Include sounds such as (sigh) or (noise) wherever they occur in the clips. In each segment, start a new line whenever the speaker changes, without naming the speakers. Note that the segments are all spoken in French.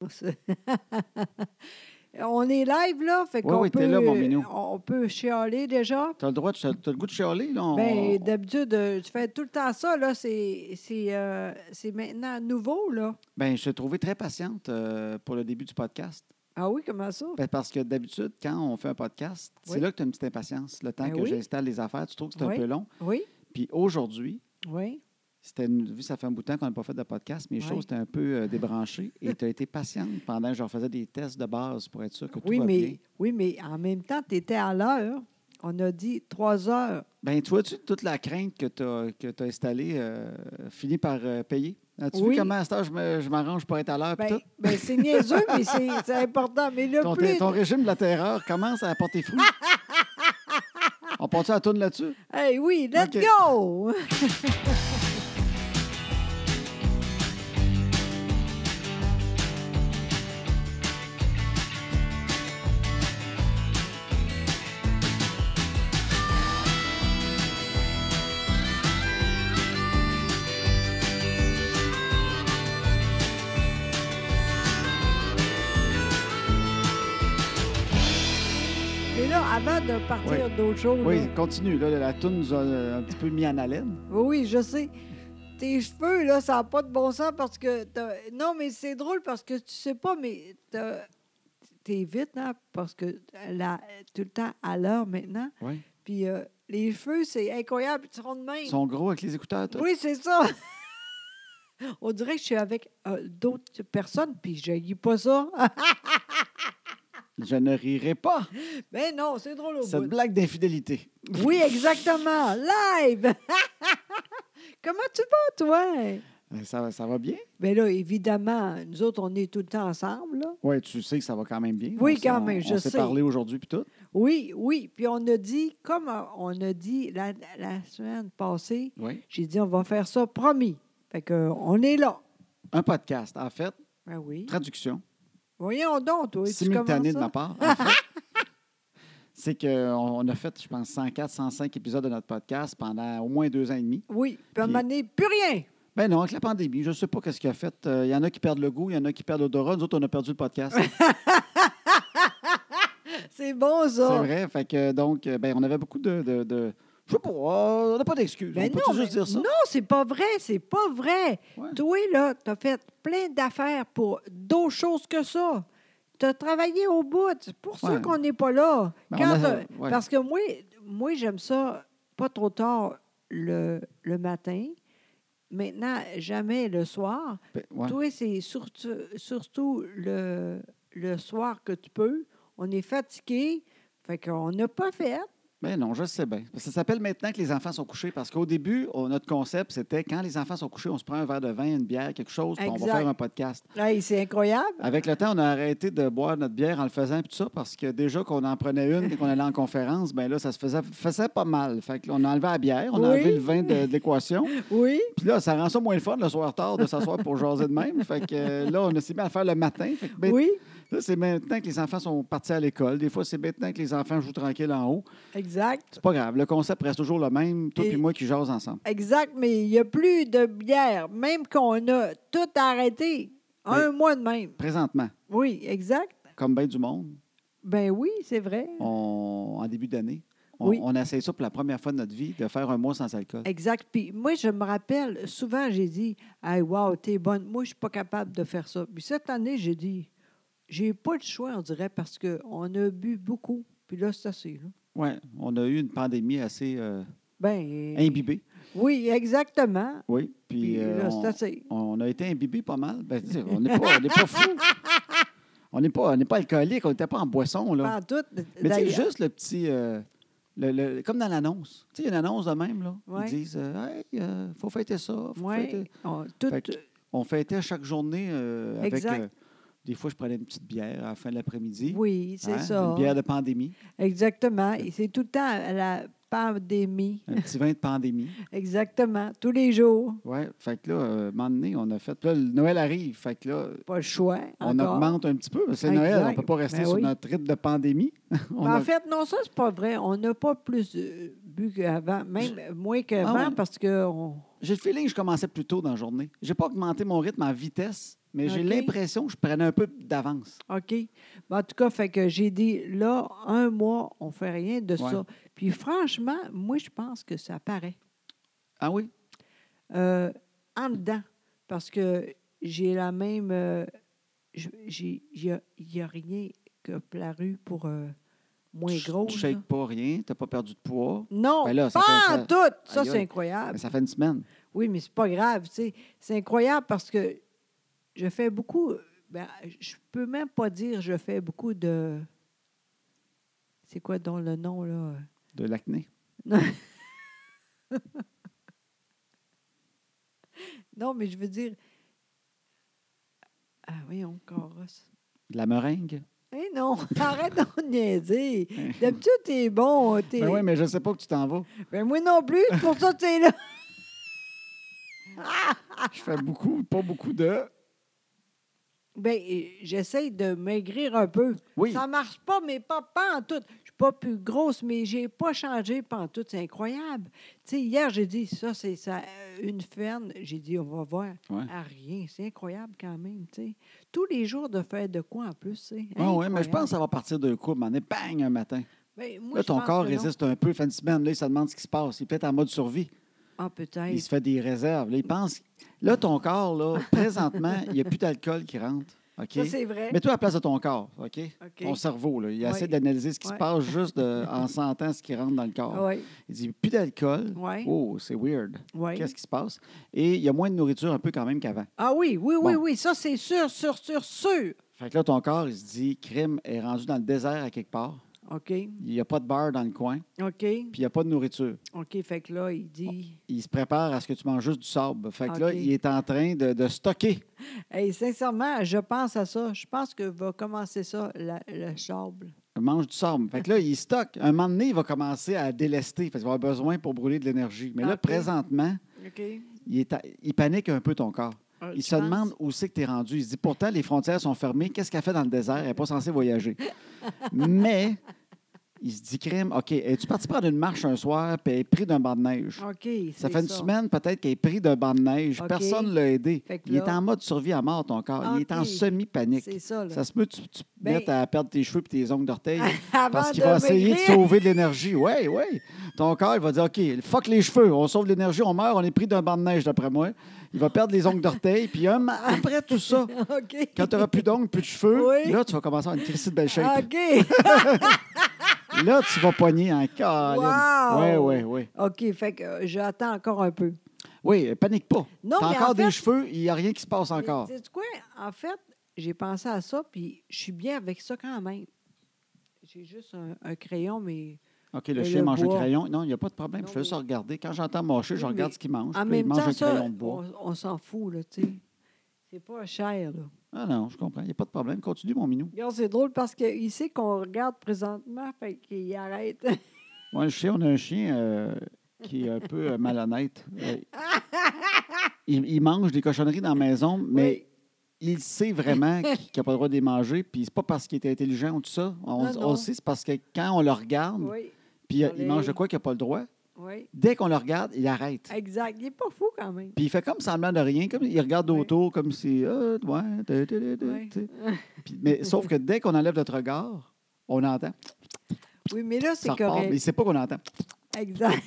chance. (laughs) on est live, là, fait
Oui,
qu'on
oui, t'es
peut,
là, mon minou.
on peut chialer déjà.
T'as le droit, de ch- t'as le goût de chialer, là? on-
Ben, d'habitude, euh, tu fais tout le temps ça, là, c'est c'est, euh, c'est maintenant nouveau, là.
ben, je t'ai trouvé très patiente euh, pour le début du podcast.
Ah oui, comment ça?
Ben, parce que d'habitude, quand on fait un podcast, c'est
Oui.
là que tu as une petite impatience. Le temps
Ben
que
oui.
j'installe les affaires, tu trouves que c'est
Oui.
un peu long.
Oui,
Puis aujourd'hui,
oui.
c'était une- vu ça fait un bout de temps qu'on n'a pas fait de podcast, mes
Oui.
choses étaient un peu euh, débranchées. Et tu as été patiente pendant que je refaisais des tests de base pour être sûr que tout
Oui
va bien.
mais, oui, mais en même temps, tu étais à l'heure. On a dit trois heures.
Ben, tu vois-tu, toute la crainte que tu as, que as installée euh, finit par euh, payer? As-tu
Oui.
vu comment à cette heure, je me- je m'arrange pour être à l'heure? puis
Ben,
tout?
ben, c'est niaiseux, mais c'est c'est important. Mais le
Ton,
plus...
ton régime de la terreur commence à porter
(laughs)
fruit. On part-tu à la tourne là-dessus?
Hey, oui, let's
OK.
go! Mais là, avant de partir d'autres choses, là,
Oui, continue. Là, la tourne nous a euh, un petit peu mis en haleine.
Oui, oui, je sais. Tes cheveux, là, ça n'a pas de bon sens parce que. t'as- Non, mais c'est drôle parce que tu sais pas, mais t'as- t'es vite, hein, parce que la... tout le temps à l'heure maintenant.
Oui.
Puis euh, les cheveux, c'est incroyable, ils seront de même.
Ils sont gros avec les écouteurs, toi?
Oui, c'est ça. (laughs) On dirait que je suis avec euh, d'autres personnes, puis je dis pas ça. (laughs)
Je ne rirai pas.
Oh, mais non, c'est drôle au
Cette
bout.
blague d'infidélité.
Oui, exactement. Live! (laughs) Comment tu vas, toi?
Euh, Ça, va- ça va bien?
Bien Ben là, évidemment, nous autres, on est tout le temps ensemble. là.
Oui, tu sais que ça va quand même bien.
Oui,
On s'est-
quand même,
on-
je
On s'est
sais.
parlé aujourd'hui, puis tout.
Oui, oui. Puis on a dit, comme euh, on a dit la, la semaine passée,
Oui.
j'ai dit, on va faire ça, promis. Fait que, euh, on est là.
Un podcast, en fait,
Ben oui.
traduction,
Voyons donc, toi. tu
simultanée de ma
commences hein?
part.
(laughs)
en fait. C'est qu'on a fait, je pense, 104, 105 épisodes de notre podcast pendant au moins deux ans et demi.
ça? Oui. Puis à un
Puis-
moment donné, plus rien.
Ben non, avec la pandémie, je ne sais pas qu'est-ce qu'il a fait. Euh, Il y en a qui perdent le goût, il y en a qui perdent l'odorat. Nous autres, on a perdu
(laughs)
le podcast.
C'est bon,
C'est
ça.
vrai. Fait que, donc, euh, ben, on avait beaucoup de. de, de- je sais pas, euh, on n'a pas d'excuses.
Ben
on peut
non,
juste
mais-
dire ça.
non, c'est pas vrai, c'est pas vrai.
Ouais.
Toi, là, t'as fait plein d'affaires pour d'autres choses que ça. T'as travaillé au bout. C'est pour ça
Ouais.
qu'on n'est pas là.
Ben,
Quand
on a-
t'as-
ouais.
Parce que moi, moi j'aime ça pas trop tard le, le matin. Maintenant, jamais le soir.
Ben, ouais.
Toi, c'est surtout, surtout le, le soir que tu peux. On est fatigué. Fait qu'on n'a pas fait.
Ben non, je sais bien. Parce que Ça s'appelle maintenant que les enfants sont couchés. Parce qu'au début, on- notre concept, c'était quand les enfants sont couchés, on se prend un verre de vin, une bière, quelque chose, puis on va
Exact.
faire un podcast.
Hey, c'est incroyable.
(laughs) Avec le temps, on a arrêté de boire notre bière en le faisant, puis tout ça, parce que déjà qu'on en prenait une et qu'on allait en conférence, ben là, ça se faisait, faisait pas mal. Fait que là, on a enlevé la bière, on a
Oui.
enlevé le vin de- de l'équation.
Oui.
Puis là, ça rend ça moins le fun le soir tard de s'asseoir pour jaser de même. Fait que euh, là, on s'est mis à le faire le matin. Fait que ben,
oui.
là, c'est maintenant que les enfants sont partis à l'école. Des fois, c'est maintenant que les enfants jouent tranquille en haut.
Exact.
C'est pas grave. Le concept reste toujours le même. Toi
Et-
puis moi qui jase ensemble.
Exact, mais il n'y a plus de bière, même qu'on a tout arrêté. Un mois de même.
Présentement,
Oui, exact.
comme bien du monde,
Ben oui, c'est vrai.
on- en début d'année, on,
Oui.
on essaye ça pour la première fois de notre vie, de faire un mois sans alcool.
Exact. Puis moi, je me rappelle, souvent, j'ai dit Hey, wow, t'es bonne. Moi, je suis pas capable de faire ça. Puis cette année, j'ai dit J'ai pas de choix, on dirait, parce qu'on a bu beaucoup. Puis là, c'est assez. là.
Ouais, on a eu une pandémie assez euh,
Ben.
imbibée.
Oui, exactement.
Oui. Puis,
Puis
euh,
là,
on-
c'est assez.
On a été imbibés pas mal. Ben, tu sais, on n'est pas, on n'est pas fous. On n'est pas, on n'est pas alcoolique, on n'était pas en boisson. Là.
Pas en tout.
Mais tu sais,
Ah, d'ailleurs.
juste le petit. euh, le- le- comme dans l'annonce. Tu sais, il y a une annonce de même. Là.
Ouais.
Ils disent euh, Hey, euh, faut fêter ça. faut
Ouais,
fêter.
on- tout- euh,
Fait que- On fêtait à chaque journée euh, avec.
Exact.
euh, des fois, je prenais une petite bière à la fin de l'après-midi.
Oui, c'est
Hein,
ça.
Une bière de pandémie,
Exactement. Et c'est tout le temps à la pandémie.
un petit vin de
(laughs)
pandémie.
Exactement. Tous les jours.
Ouais, fait que là, euh, un moment donné, on a fait. Là, le Noël arrive. Fait que là,
Pas le choix.
on
encore.
augmente un petit peu. parce que C'est Noël, on
Exact.
ne peut pas rester
Ben
sur
oui.
notre rythme de pandémie. (laughs)
Mais
On
En
a-
fait, non, ça, c'est pas vrai. On n'a pas plus euh, bu qu'avant, même moins qu'avant,
Ah ouais.
parce que. On...
J'ai le feeling que je commençais plus tôt dans la journée. J'ai pas augmenté mon rythme en vitesse, Mais j'ai
OK.
l'impression que je prenais un peu d'avance.
OK. Ben, en tout cas, fait que j'ai dit, là, un mois, on fait rien de
Ouais.
ça. Puis franchement, moi, je pense que ça paraît
Ah oui?
euh, en dedans parce que j'ai la même... euh, je- j'ai- Il n'y a, il y a rien que la rue pour euh, moins
Tu-
grosse.
Tu
là.
shakes pas rien, t'as pas perdu de poids.
Non,
Ben là, ça
pas
fait
en
ça.
tout. Ça,
Aïe,
c'est
aïe.
incroyable.
Mais ça fait une semaine.
Oui, mais c'est pas grave, tu sais. C'est incroyable parce que je fais beaucoup. Ben, je peux même pas dire je fais beaucoup de. C'est quoi dans le nom, là?
De l'acné.
Non, mais je veux dire. Ah, voyons, Carrosse.
De la meringue.
Eh non, (laughs) arrête de
(laughs)
niaiser. D'habitude, t'es bon. hein, T'es...
Ben oui, mais je sais pas que tu t'en vas.
Ben, moi non plus, c'est pour ça que t'es là. (laughs)
Je fais beaucoup, pas beaucoup de.
Ben, euh, j'essaie de maigrir un peu.
Oui.
Ça marche pas, mais pas, pas en tout. Je suis pas plus grosse, mais j'ai pas changé pas en tout. C'est incroyable. Tu sais, hier, j'ai dit, ça, c'est ça, euh, une ferne. J'ai dit, on va voir.
Ouais.
À rien. C'est incroyable quand même, tu sais. Tous les jours de faire de quoi en plus, c'est
Ah oui, mais je pense que ça va partir d'un coup, m'en est bang un matin.
Ben, moi,
là,
je
ton
pense
corps
que non.
résiste un peu, fin de semaine, là, il se demande ce qui se passe. Il est peut-être en mode survie.
Ah, peut-être.
Il se fait des réserves. Là, il pense. Là, ton corps,
(laughs)
là, présentement, il n'y a plus d'alcool qui rentre. OK?
Ça, c'est vrai.
Mets-toi à la place de ton corps, OK?
OK.
Ton cerveau, là, il
Ouais.
essaie d'analyser ce qui
Ouais.
se passe
(laughs)
juste de- en sentant ce qui rentre dans le corps.
Oui,
Il dit plus d'alcool.
Ouais.
Oh, c'est weird.
oui.
Qu'est-ce qui se passe? Et il y a moins de nourriture un peu quand même qu'avant.
Ah oui, oui, oui,
Bon.
oui. Ça, c'est sûr, sûr, sûr, sûr.
Fait que là, ton corps, il se dit crime est rendu dans le désert à quelque part.
OK,
Il n'y a pas de beurre dans le coin,
OK,
puis il n'y a pas de nourriture.
OK. Fait que là, il dit...
Il se prépare à ce que tu manges juste du sable. Fait que là,
OK.
il est en train de, de stocker.
Hey, sincèrement, je pense à ça. Je pense que va commencer ça, la- le sable.
Il mange du sable. Fait que là, il stocke. Un moment donné, il va commencer à délester parce qu'il va avoir besoin pour brûler de l'énergie. Mais là,
Ah, OK.
présentement,
OK.
il, est à- il panique un peu ton corps.
Ah,
Il se demande où c'est que tu es rendu. Il se dit pourtant, les frontières sont fermées. Qu'est-ce qu'elle fait dans le désert? Elle n'est pas
(laughs)
censée voyager. Mais il se dit crime, OK, es-tu parti prendre une marche un soir puis elle est pris d'un banc de neige?
OK.
Ça
Ah, c'est
fait une semaine peut-être qu'elle est pris d'un banc de neige.
OK.
Personne ne l'a aidé.
Fait que
Il est
là- Ah,
en mode survie à mort, ton corps. Il est en
OK.
semi-panique.
C'est ça, là.
Ça se peut que tu, tu
Ben-
mettes à perdre tes cheveux et tes ongles
(laughs)
d'orteil
Avant
parce qu'il
Ah, ben, de
va essayer de
maigrir.
sauver de l'énergie. Oui, oui. Ton corps, il va dire OK, fuck les cheveux, on sauve de l'énergie, on meurt, on est pris d'un banc de neige, d'après moi. Il va perdre les ongles d'orteil. Puis hum, après tout ça,
(laughs) OK.
quand tu n'auras plus d'ongles, plus de cheveux,
Oui.
là, tu vas commencer à avoir une crise de belle shape.
OK.
Là, tu vas pogner en caline.
Ah. Wow!
Oui, oui, oui.
OK. Fait que euh, j'attends encore un peu.
Oui, euh, panique pas.
Non,
T'as
mais en
encore des
fait-
cheveux, il n'y a rien qui se passe encore.
Tu quoi? En fait, j'ai pensé à ça, puis je suis bien avec ça quand même. J'ai juste un, un crayon, mais
OK, le
Mais
chien
le
mange
bois.
un crayon. Non, il n'y a pas de problème.
Non,
je fais juste
mais-
regarder. Quand j'entends mâcher, je
Oui,
regarde
mais
ce qu'il mange.
en
Puis il
même
mange
temps,
un
ça,
crayon de bois.
on, on s'en fout, là, tu sais. C'est pas cher, là.
Ah non, je comprends. Il n'y a pas de problème. Continue, mon minou.
Regarde, c'est drôle parce qu'il sait qu'on regarde présentement, fait qu'il arrête.
Moi, le chien, on a un chien euh, qui est un peu euh, malhonnête. Euh, il, il mange des cochonneries dans la maison, mais il sait vraiment qu'il qu'il n'a pas le droit de les manger. Puis c'est pas parce qu'il est intelligent ou tout ça. On,
Non,
on
non.
sait, c'est parce que quand on le
(laughs)
regarde,
Oui,
puis euh,
On
il mange de
les-
quoi qu'il n'a pas le droit,
oui,
dès qu'on le regarde, il arrête.
exact. Il est pas fou quand même.
Puis il fait comme semblant de rien, comme il regarde
Oui.
autour, comme si. euh, ouais, tu- tu- tu- tu-
Oui.
tu sais.
(laughs)
Puis- mais, sauf que dès qu'on enlève notre regard, on entend.
Oui, mais là, c'est
Ça repart, mais il
correct.
ne sait pas qu'on entend.
Exact.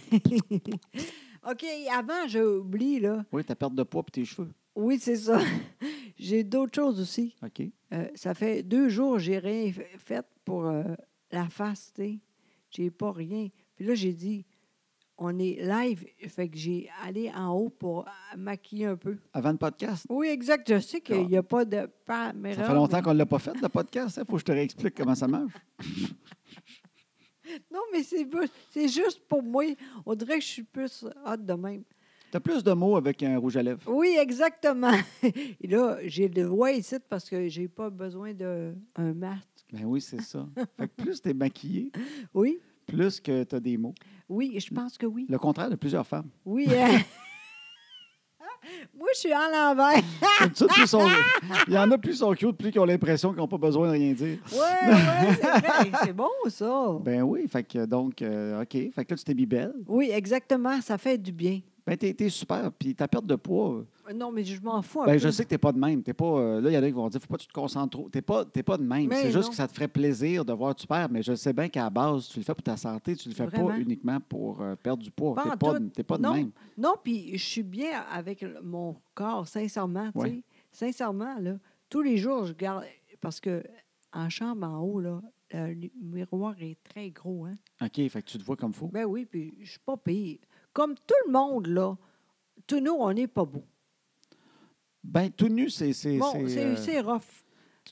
(laughs) OK, avant, j'oublie, là.
Oui, ta perte de poids et tes cheveux.
Oui, c'est ça. (laughs) J'ai d'autres choses aussi.
OK.
Euh, ça fait deux jours j'ai rien f- fait pour euh, la face, tu sais. J'ai pas rien. Puis là, j'ai dit, on est live, fait que j'ai allé en haut pour euh, maquiller un peu. Ah.
Avant le podcast.
Oui, exact. Je sais qu'il n'y a pas de caméra.
Ça fait longtemps qu'on ne l'a pas fait, le podcast. Il faut que je te réexplique comment ça marche.
Non, mais c'est bu- c'est juste pour moi. On dirait que je suis plus hâte de même.
Tu as plus de mots avec un rouge à lèvres.
Oui, exactement. (laughs) Et là, j'ai le droit ici parce que j'ai pas besoin d'un masque.
Ben oui, c'est ça. Fait que plus tu es maquillée,
Oui,
plus que tu as des mots.
oui, je pense que oui.
Le contraire de plusieurs femmes.
Oui. (laughs) hein. Ah, moi, je suis en l'envers.
(laughs)
(laughs)
Comme ça, plus on- Il y en a plus sont cute, plus qui ont l'impression qu'ils n'ont pas besoin de rien dire.
Oui, oui, c'est vrai. C'est bon, ça.
Ben oui, fait que donc, euh, OK. Fait que là, tu t'es mis belle.
Oui, exactement. Ça fait du bien.
Ben, t'es es super. Puis ta perte de poids. euh,
Non, mais je m'en fous un
Ben,
peu.
je sais que t'es pas de même. T'es pas, euh, là, il y en a qui vont dire faut pas que tu te concentres trop. T'es pas, t'es pas de même.
Mais
C'est juste
non.
que ça te ferait plaisir de voir que tu perds, mais je sais bien qu'à la base, tu le fais pour ta santé, tu le fais
Vraiment.
pas uniquement pour euh, perdre du poids.
Pas en
T'es pas,
tout.
t'es pas de
Non.
même.
Non, puis je suis bien avec le- mon corps, sincèrement. tu
Ouais.
sais. Sincèrement, là, tous les jours, je garde. Parce que en chambre en haut, là, le nu- miroir est très gros. Hein?
OK, fait que tu te vois comme faux.
Ben oui, puis je suis pas pire. Comme tout le monde, là, tous nous, on n'est pas beau.
Ben, tout nu, c'est. c'est-
Bon,
c'est,
c'est
euh,
c'est rough.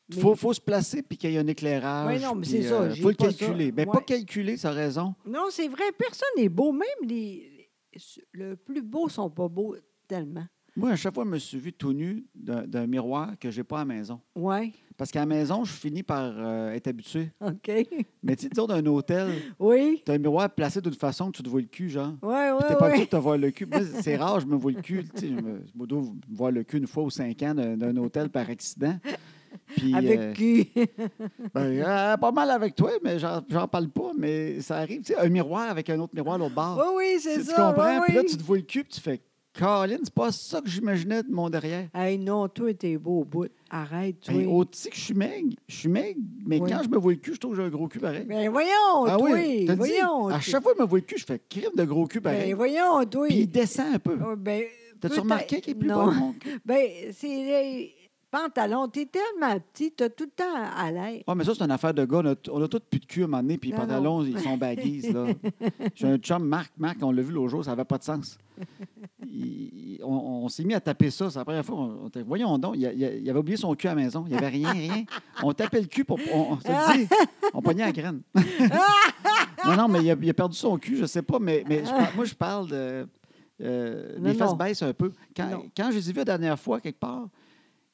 Il faut, faut se placer puis qu'il y ait un éclairage.
Ouais, non, mais
puis, euh,
c'est ça, j'ai
faut le
pas ça.
calculer. Mais
Ouais.
pas calculer, ça raison.
Non, c'est vrai, personne n'est beau. Même les, les- le plus beau sont pas beaux tellement.
Moi, à chaque fois, je me suis vu tout nu d'un d'un miroir que j'ai pas à la maison.
Oui,
Parce qu'à la maison, je finis par euh, être habitué.
OK. (laughs)
Mais tu sais, disons d'un hôtel,
Oui,
t'as un miroir placé d'une façon que tu te vois le cul, genre.
oui, oui.
Puis t'es pas
oui.
habitué de te voir le
(laughs)
cul. Moi, c'est rare, je me vois le cul. tu sais, Je me, je me dois voir le cul une fois ou cinq ans d'un d'un hôtel par accident. Puis, euh,
Avec
(laughs)
qui? (laughs)
ben, euh, pas mal avec toi, mais j'en j'en parle pas. Mais ça arrive, tu sais, un miroir avec un autre miroir à l'autre bord.
Oui, oui, c'est
Tu-
ça.
Tu comprends?
oui,
Puis là,
oui.
tu te vois le cul, puis tu fais Colin, c'est pas ça que j'imaginais de mon derrière.
Hey, non, toi, t'es beau au bout. Arrête, toi.
Hey, Au-dessus que je suis maigre, je suis maigre, mais
Oui.
quand je me vois le cul, je trouve que j'ai un gros cul pareil.
Mais Ben, voyons,
ah
toi.
oui, t'as dit,
voyons.
à
toi.
chaque fois que je me vois le cul, je fais crime de gros cul pareil.
Ben, voyons, toi.
Puis il descend un peu.
Ah, ben,
T'as-tu
peut-être-
remarqué qu'il est plus
non.
bas que mon cul?
(laughs) Ben, c'est les pantalons. T'es tellement petit, t'as tout le temps à l'air.
Ah, mais ça, c'est une affaire de gars. On a, on a tous plus de cul à un moment donné, puis les
Non, non.
pantalons, ils sont baguises,
(laughs)
là. J'ai un chum, Marc, Marc, on l'a vu l'autre jour, ça n'avait pas de sens. Il- il- on on s'est mis à taper ça. C'est la première fois. On, on était, voyons donc, il, a- il a- il avait oublié son cul à la maison. Il n'y avait rien, rien. On tapait le cul pour. On, on se le
(laughs)
dit, on pognait la graine. (laughs) non, non, mais il a, il a perdu son cul, je ne sais pas, mais, mais je par- moi, je parle de. euh,
Non,
les fesses
non.
baissent un peu. Quand,
Non.
quand je les ai vues la dernière fois, quelque part,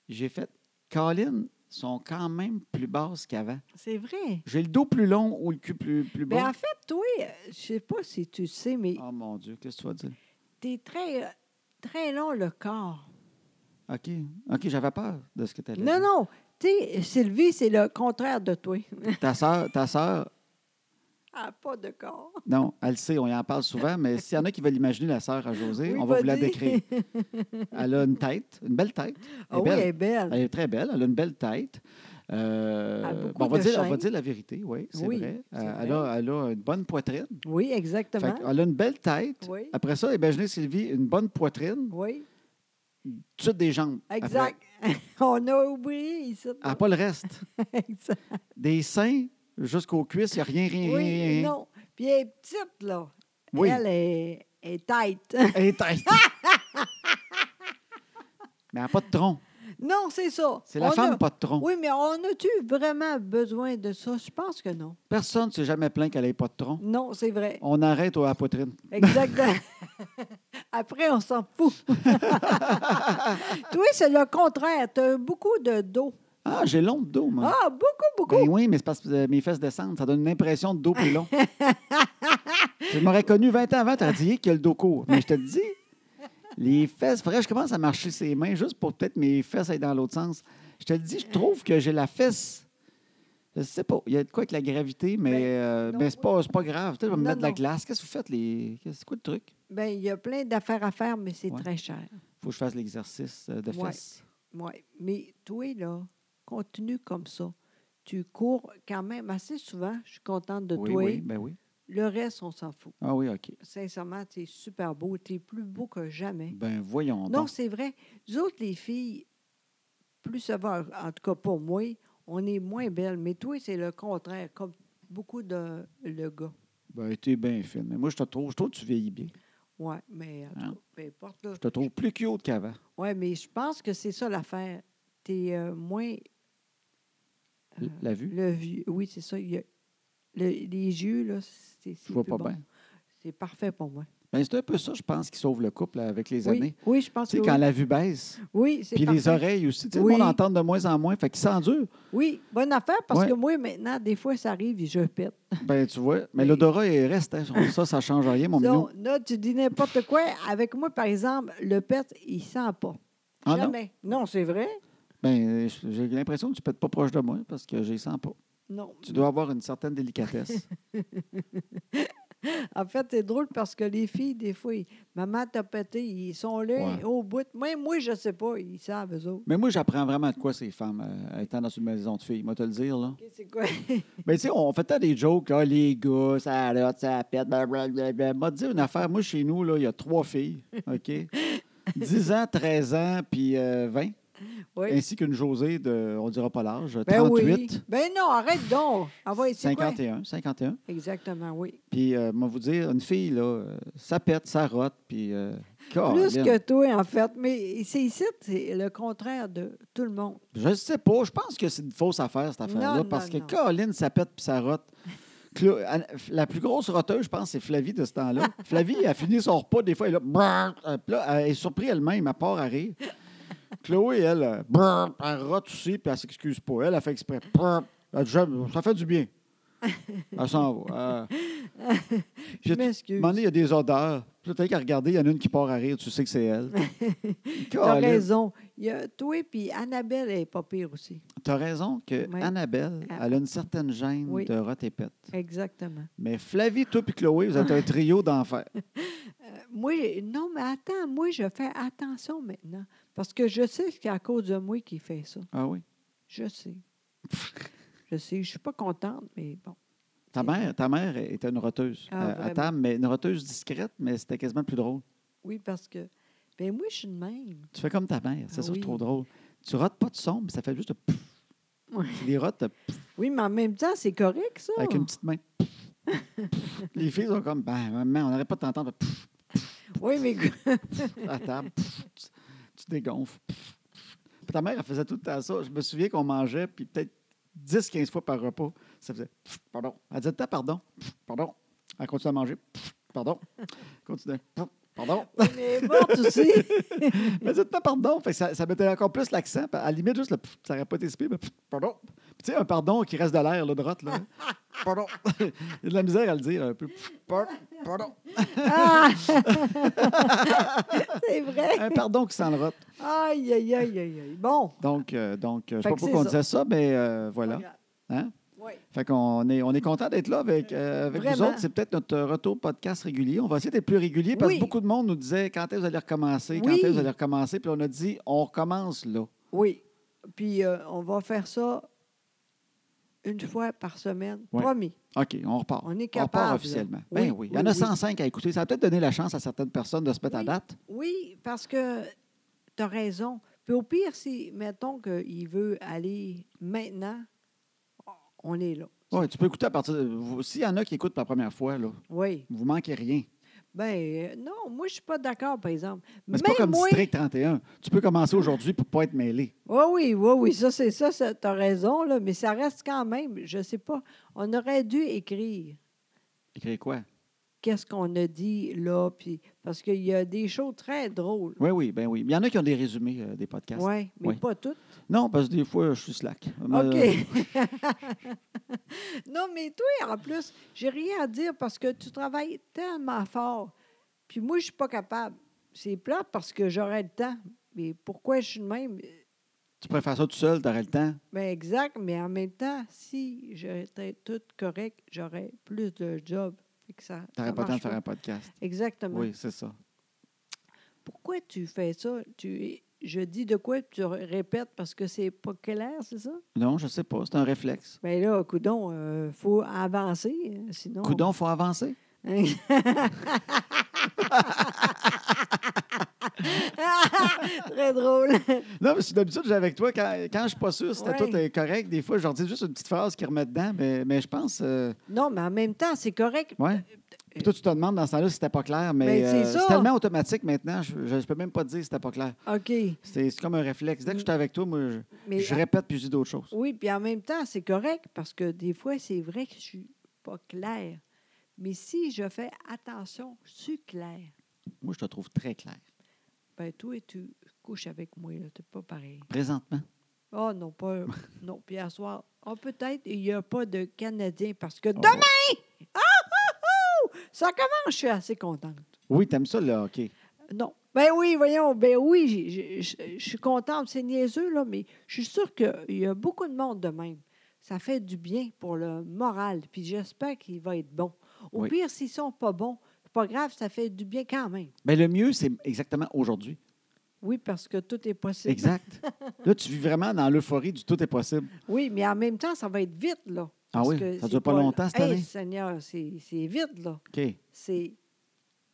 j'ai fait Colin sont quand même plus basses qu'avant.
C'est vrai.
J'ai le dos plus long ou le cul plus, plus
Ben,
bas.
en fait, toi, euh, je sais pas si tu sais, mais
Oh mon Dieu, qu'est-ce que tu vas dire?
t'es très, euh, très long le corps.
OK. OK, j'avais peur de ce que tu allais
Non,
dire.
non. Tu sais, Sylvie, c'est le contraire de toi. (laughs)
Ta sœur, ta sœur,
ah, pas de corps.
non, elle le sait, on y en parle souvent, mais s'il y en a qui veulent imaginer la sœur à José,
Oui,
on va vous la
vas-y. (laughs)
décrire. Elle a une tête, une belle tête. Elle est
Ah oui,
belle.
elle est belle.
Elle est très belle, elle a une belle tête. Euh,
Elle a beaucoup
bon, on, va
de
dire, on va
chaînes.
dire la vérité, oui, c'est
Oui,
vrai.
c'est
Euh, Elle, a, elle a une bonne poitrine.
Oui,
Fait
exactement.
elle a une belle tête.
Oui.
Après ça, imaginez Sylvie, une bonne poitrine,
Oui,
tout des jambes. ah, après. Ah.
exact. (laughs) On a oublié ici.
Elle n'a pas le reste.
(laughs) Exact.
Des seins jusqu'aux cuisses, il n'y a rien, rien, rien,
Oui,
rien.
non. Puis elle est petite, là.
Oui.
Elle est, elle est tight.
(laughs) Elle est tête. Mais elle n'a pas de tronc.
(laughs) non, c'est ça.
C'est la
On
femme,
a-
pas de tronc.
Oui, mais on a-tu vraiment besoin de ça? Je pense que non.
Personne ne s'est jamais plaint qu'elle n'ait pas de tronc.
Non, c'est vrai.
On arrête à la poitrine.
Exactement. (laughs) Après, on s'en
(laughs)
fout. Toi, c'est le contraire. Tu as beaucoup de dos.
Ah, j'ai long de dos, moi.
Ah, beaucoup, beaucoup.
Ben oui, mais c'est parce que euh, mes fesses descendent. Ça donne une impression de dos plus long. (laughs) je m'aurais connu 20 ans avant, t'aurais dit Hey, qu'il y a le dos court. Mais je te le dis, les fesses, faudrait que je commence à marcher ses mains juste pour peut-être mes fesses aillent dans l'autre sens. Je te le dis, je trouve que j'ai la fesse. Je sais pas, il y a de quoi avec la gravité, mais,
Ben,
euh,
non.
mais c'est pas, c'est pas grave. Tu sais, je vais me
Non,
mettre de la
non.
glace. Qu'est-ce que vous faites? Les... qu'est-ce- C'est quoi le truc?
Ben, il y a plein d'affaires à faire, mais c'est
Ouais.
très cher.
faut que je fasse l'exercice euh, de
Ouais.
fesses.
Oui, mais toi, là, continue comme ça. Tu cours quand même assez souvent. Je suis contente de
Oui,
toi.
oui, ben oui.
Le reste, on s'en fout.
Ah oui, OK.
Sincèrement, tu es super beau. Tu es plus beau que jamais.
Ben voyons
non,
donc.
c'est vrai. Nous autres, les filles, plus ça va, en tout cas pour moi, on est moins belles. Mais toi, c'est le contraire, comme beaucoup de le gars.
Ben, t'es bien fine. Mais moi, je te trouve, je trouve que tu vieillis bien.
Oui, mais en tout
Hein?
cas, peu importe. Là.
Je te trouve plus cute qu'avant.
Oui, mais je pense que c'est ça l'affaire. Tu es moins Euh,
L- La vue?
Le vieux, oui, c'est ça. il y a- le- les yeux, là, c'est.
Je vois pas bien.
C'est parfait pour moi.
Ben, c'est un peu ça, je pense, qui sauve le couple là, avec les
Oui,
années.
oui, je pense
Tu sais,
que
quand
oui.
la vue baisse,
Oui, c'est
puis les
parfait.
oreilles aussi. Tu sais,
Oui.
le monde entend de moins en moins, fait qu'ils s'endurent.
Oui, bonne affaire, parce
Ouais.
que moi, maintenant, des fois, ça arrive et je pète.
Ben, tu vois. Mais
Mais-
l'odorat, il reste.
(laughs)
hein. Ça, ça ne change rien, mon minou.
Donc, là, tu dis n'importe quoi. Avec moi, par exemple, le pète, il sent pas.
Ah non?
Jamais. Non, c'est vrai.
Ben, j'ai l'impression que tu ne pètes pas proche de moi parce que je les sens pas.
Non. (laughs)
Tu dois avoir une certaine délicatesse.
En fait, c'est drôle parce que les filles, des fois, ils- maman t'a pété, ils sont là
Ouais.
au bout. Même moi, je sais pas, ils savent, eux autres.
Mais moi, j'apprends vraiment de quoi ces femmes, euh, étant dans une maison de filles, moi, te le dire, là.
Ok, C'est quoi? (laughs)
Mais tu sais, on fait tant des jokes, ah, les gars, ça arrête, ça pète, blablabla. M'a dit une affaire, moi, chez nous, là, il y a trois filles,
(laughs)
OK? 10 ans, 13 ans, puis euh, 20,
Oui.
ainsi qu'une Josée de, on dira pas l'âge,
Ben
38,
oui. Ben non, arrête donc. Envoie ici. quoi?
51, 51.
Exactement, oui.
Puis, euh, m'a vous dire, une fille, là, euh, ça pète, ça rote, puis... euh,
Plus
Caroline.
que toi, en fait. Mais c'est ici, c'est le contraire de tout le monde.
Je sais pas. Je pense que c'est une fausse affaire, cette
Non,
affaire-là,
non,
parce que
non.
Caroline, ça pète puis
(laughs)
ça rote. Cla- Anne- La plus grosse roteuse, je pense, c'est Flavie de
(laughs)
ce temps-là. Flavie, elle finit son repas, des fois, elle, est là, brrr, euh, puis là, elle est surprise elle-même, à part
(laughs)
à rire. Chloé, elle, euh, brrr, elle rote aussi, puis elle s'excuse pas. Elle, elle fait exprès. Brrr. Elle dit, J'aime- ça fait du bien. Elle s'en va. Euh,
(laughs)
puis,
Je
à un
m'excuse.
moment donné, il y a des odeurs. Puis là, t'as qu'à regarder, il y en a une qui part à rire, tu sais que
(laughs)
c'est elle.
T'as
Caroline,
raison. Il y a toi puis Annabelle elle est pas pire aussi.
Tu as raison que
Oui.
Annabelle,
Ah.
elle a une certaine gêne
Oui.
de rot et pète.
Exactement.
Mais Flavie, toi et Chloé, vous êtes un
(laughs)
trio d'enfer.
Euh, moi, non, mais attends, moi, je fais attention maintenant. Parce que je sais que c'est à cause de moi qu'il fait ça.
Ah oui.
Je sais. Je sais. Je suis pas contente, mais bon.
Ta mère, ta mère était une roteuse
Ah,
euh, à
vraiment?
table, mais une roteuse discrète, mais c'était quasiment plus drôle.
Oui, parce que. Ben moi, je suis de même.
Tu fais comme ta mère, c'est
Ah
ça que je
oui.
trouve drôle. Tu rotes pas de son, mais ça fait juste de pouf.
Oui.
Puis Les rotes de pouf,
Oui, mais en même temps, c'est correct, ça.
avec une petite main. Pouf, pouf. Les filles sont comme, ben, maman, on n'arrête pas de t'entendre pouf,
Oui, mais
(laughs) à table. Pouf, tu, tu dégonfles. Pouf, pouf. Puis ta mère, elle faisait tout le temps ça. Je me souviens qu'on mangeait, puis peut-être 10-15 fois par repas, ça faisait Pouf, pardon. Elle disait tout le temps pardon, Pouf, pardon. Elle continuait à manger, Pouf, pardon. Elle continuait, Pouf, pardon. (laughs)
(laughs) elle est morte aussi.
Elle disait tout le temps pardon. Fait que ça, ça mettait encore plus l'accent. Puis À la limite, juste le Pouf, ça n'aurait pas été si pire, mais Pouf, pardon. Puis tu sais, un pardon qui reste de l'air, là, de droite, là. (laughs) Pardon. Il y a de la misère à le dire un peu. Pouf, par- Pardon.
Ah! (laughs) c'est vrai.
Un pardon qui s'en rote.
Aïe, aïe, aïe, aïe, aïe. Bon.
Donc, euh, donc euh,
Fait
je ne sais pas
que
pourquoi
c'est
on
ça.
disait ça, mais euh, voilà. Hein?
Oui.
Fait qu'on est, on est content d'être là avec, euh, avec vous
Vraiment.
autres. C'est peut-être notre euh, retour podcast régulier. On va essayer d'être plus régulier parce
Oui.
que beaucoup de monde nous disait quand est-ce que vous allez recommencer, quand
Oui.
est-ce que vous allez recommencer. Puis on a dit, on recommence là.
Oui. Puis euh, on va faire ça une fois par semaine.
Ouais.
Promis.
OK, on repart.
On est
On repart
capable,
officiellement.
là.
Ben oui,
Oui,
Il y en
oui,
a
oui.
105 à écouter. Ça va peut-être donner la chance à certaines personnes de se mettre à
Oui.
date.
Oui, parce que tu as raison. Puis au pire, si, mettons qu'il veut aller maintenant, on est là.
Oui, tu peux écouter à partir de. vous- S'il y en a qui écoutent pour la première fois, là,
Oui.
vous manquez rien.
Ben euh, non, moi, je suis pas d'accord, par exemple.
Mais c'est pas
Même
comme
moi-
District 31. Tu peux commencer aujourd'hui pour ne pas être mêlé.
Oui, oui, oui, oui, ça, c'est ça, ça tu as raison, là, mais ça reste quand même, je sais pas, on aurait dû écrire
Écris quoi?
qu'est-ce qu'on a dit là, puis parce qu'il y a des shows très drôles.
Oui, oui, ben oui. Il y en a qui ont des résumés euh, des podcasts.
Oui, mais
Oui.
pas toutes.
Non, parce que des fois, je suis slack. Mais,
OK.
euh,
(laughs) non, mais toi, en plus, j'ai rien à dire parce que tu travailles tellement fort. Puis moi, je suis pas capable. C'est plat parce que j'aurais le temps. Mais pourquoi je suis de même?
Tu préfères ça tout seul, t'aurais le temps.
Ben exact, mais en même temps, si j'étais toute correcte, j'aurais plus de job. Fait que ça,
T'aurais
ça
pas le temps de
marche
faire
pas.
un podcast.
Exactement.
Oui, c'est ça.
Pourquoi tu fais ça? Tu, je dis de quoi, puis tu r- répètes parce que c'est pas clair, c'est ça?
Non, je sais pas. C'est un réflexe.
Bien là, coudon, il faut avancer, hein, sinon...
Coudon, faut avancer.
(laughs) Hein? Très drôle.
Non, parce que d'habitude, j'ai avec toi, quand, quand je suis pas sûr, c'était
Ouais.
tout euh, correct. Des fois, je leur dis juste une petite phrase qu'ils remettent dedans, mais, mais je pense. euh,
Non, mais en même temps, c'est correct.
ouais. Puis toi, tu te demandes dans ce temps-là si c'était pas clair,
Euh,
mais
Ben, c'est
euh,
ça.
c'est tellement automatique maintenant, je, je, je peux même pas te dire si c'était pas clair.
OK.
C'est c'est comme un réflexe. Dès que je suis avec toi, moi, je,
Mais Oh.
je répète puis je dis d'autres choses.
Oui, puis en même temps, c'est correct parce que des fois, c'est vrai que je suis pas claire. Mais si je fais attention, je suis claire.
Moi, je te trouve très clair.
Ben toi, tu couches avec moi, là, t'es pas pareil.
Présentement.
Ah non, pas
(laughs)
non, puis à soir. Ah, peut-être il n'y a pas de Canadien parce que
Oh.
demain, ça commence, je suis assez contente.
Oui, t'aimes ça, là, OK.
Non. Ben oui, voyons, ben oui, j'ai- j'ai- je- je suis contente, c'est niaiseux, là, mais je suis sûre qu'il y a beaucoup de monde de même. Ça fait du bien pour le moral, puis j'espère qu'il va être bon. Au
Oui.
pire, s'ils sont pas bons, c'est pas grave, ça fait du bien quand même.
Mais Ben, le mieux, c'est exactement aujourd'hui.
Oui, parce que tout est possible.
(laughs) Exact. Là, tu vis vraiment dans l'euphorie du tout est possible.
Oui, mais en même temps, ça va être vite, là.
Ah
Parce
oui,
que
ça
c'est
dure pas longtemps, cette
Hey,
année?
Seigneur, c'est c'est vite, là.
OK.
C'est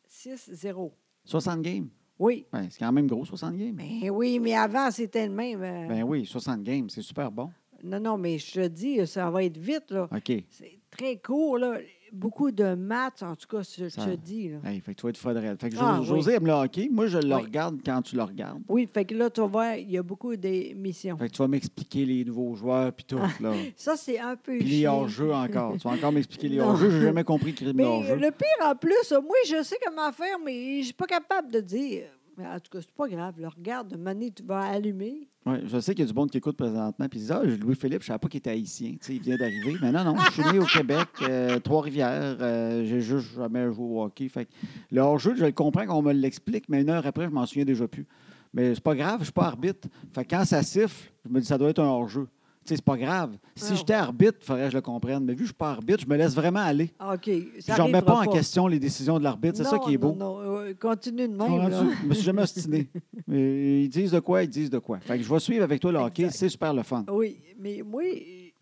6-0.
60 games.
Oui.
Ouais, c'est quand même gros, 60 games.
Ben oui, mais avant, c'était le même. euh,
Ben oui, 60 games, c'est super bon.
Non, non, mais je te dis, ça va être vite, là.
OK. Hey,
C'est très court, là. Beaucoup de maths, en tout cas, je
Ça-
te dis, là.
fait que tu vas être faudrait. Fait que Jo-
Ah, oui.
José aime le hockey. Moi, je le
Oui.
regarde quand tu le regardes.
Oui, fait que là, tu vas voir, il y a beaucoup d'émissions.
Fait que tu vas m'expliquer les nouveaux joueurs puis tout.
Ah, (laughs)
Là.
Ça, c'est un peu
Puis les
chiant.
hors-jeux encore. Tu vas encore m'expliquer les
Non.
hors-jeux. J'ai jamais compris qu'il y avait des
Mais
hors-jeux.
le pire en plus, moi, je sais comment faire, mais je suis pas capable de dire. Mais en tout cas, c'est pas grave. là. regarde, de manière, tu vas allumer.
Ouais, je sais qu'il y a du monde qui écoute présentement puis ils disent Ah, Louis-Philippe, je ne savais pas qu'il était haïtien. Tu sais, il vient d'arriver. Mais non, non, je suis né au Québec, euh, Trois-Rivières. euh, j'ai juste jamais joué au hockey. Fait que le hors-jeu, je le comprends qu'on me l'explique, mais une heure après, je m'en souviens déjà plus. Mais c'est pas grave, je suis pas arbitre. Fait que quand ça siffle, je me dis ça doit être un hors-jeu. Tu sais, c'est pas grave. Si
Non.
j'étais arbitre, il faudrait que je le comprenne. Mais vu que je suis pas arbitre, je me laisse vraiment aller.
Ah, OK.
Je
Ça
ne remets pas,
arrivera
en question les décisions de l'arbitre. C'est ça
Non,
qui est beau.
Non, non, euh, continue de
Je
même. là.
ne me suis
(laughs)
jamais ostiné. Mais ils disent de quoi, ils disent de quoi. Fait que je vais suivre avec toi le hockey,
Exact.
c'est super le fun.
Oui, mais moi, il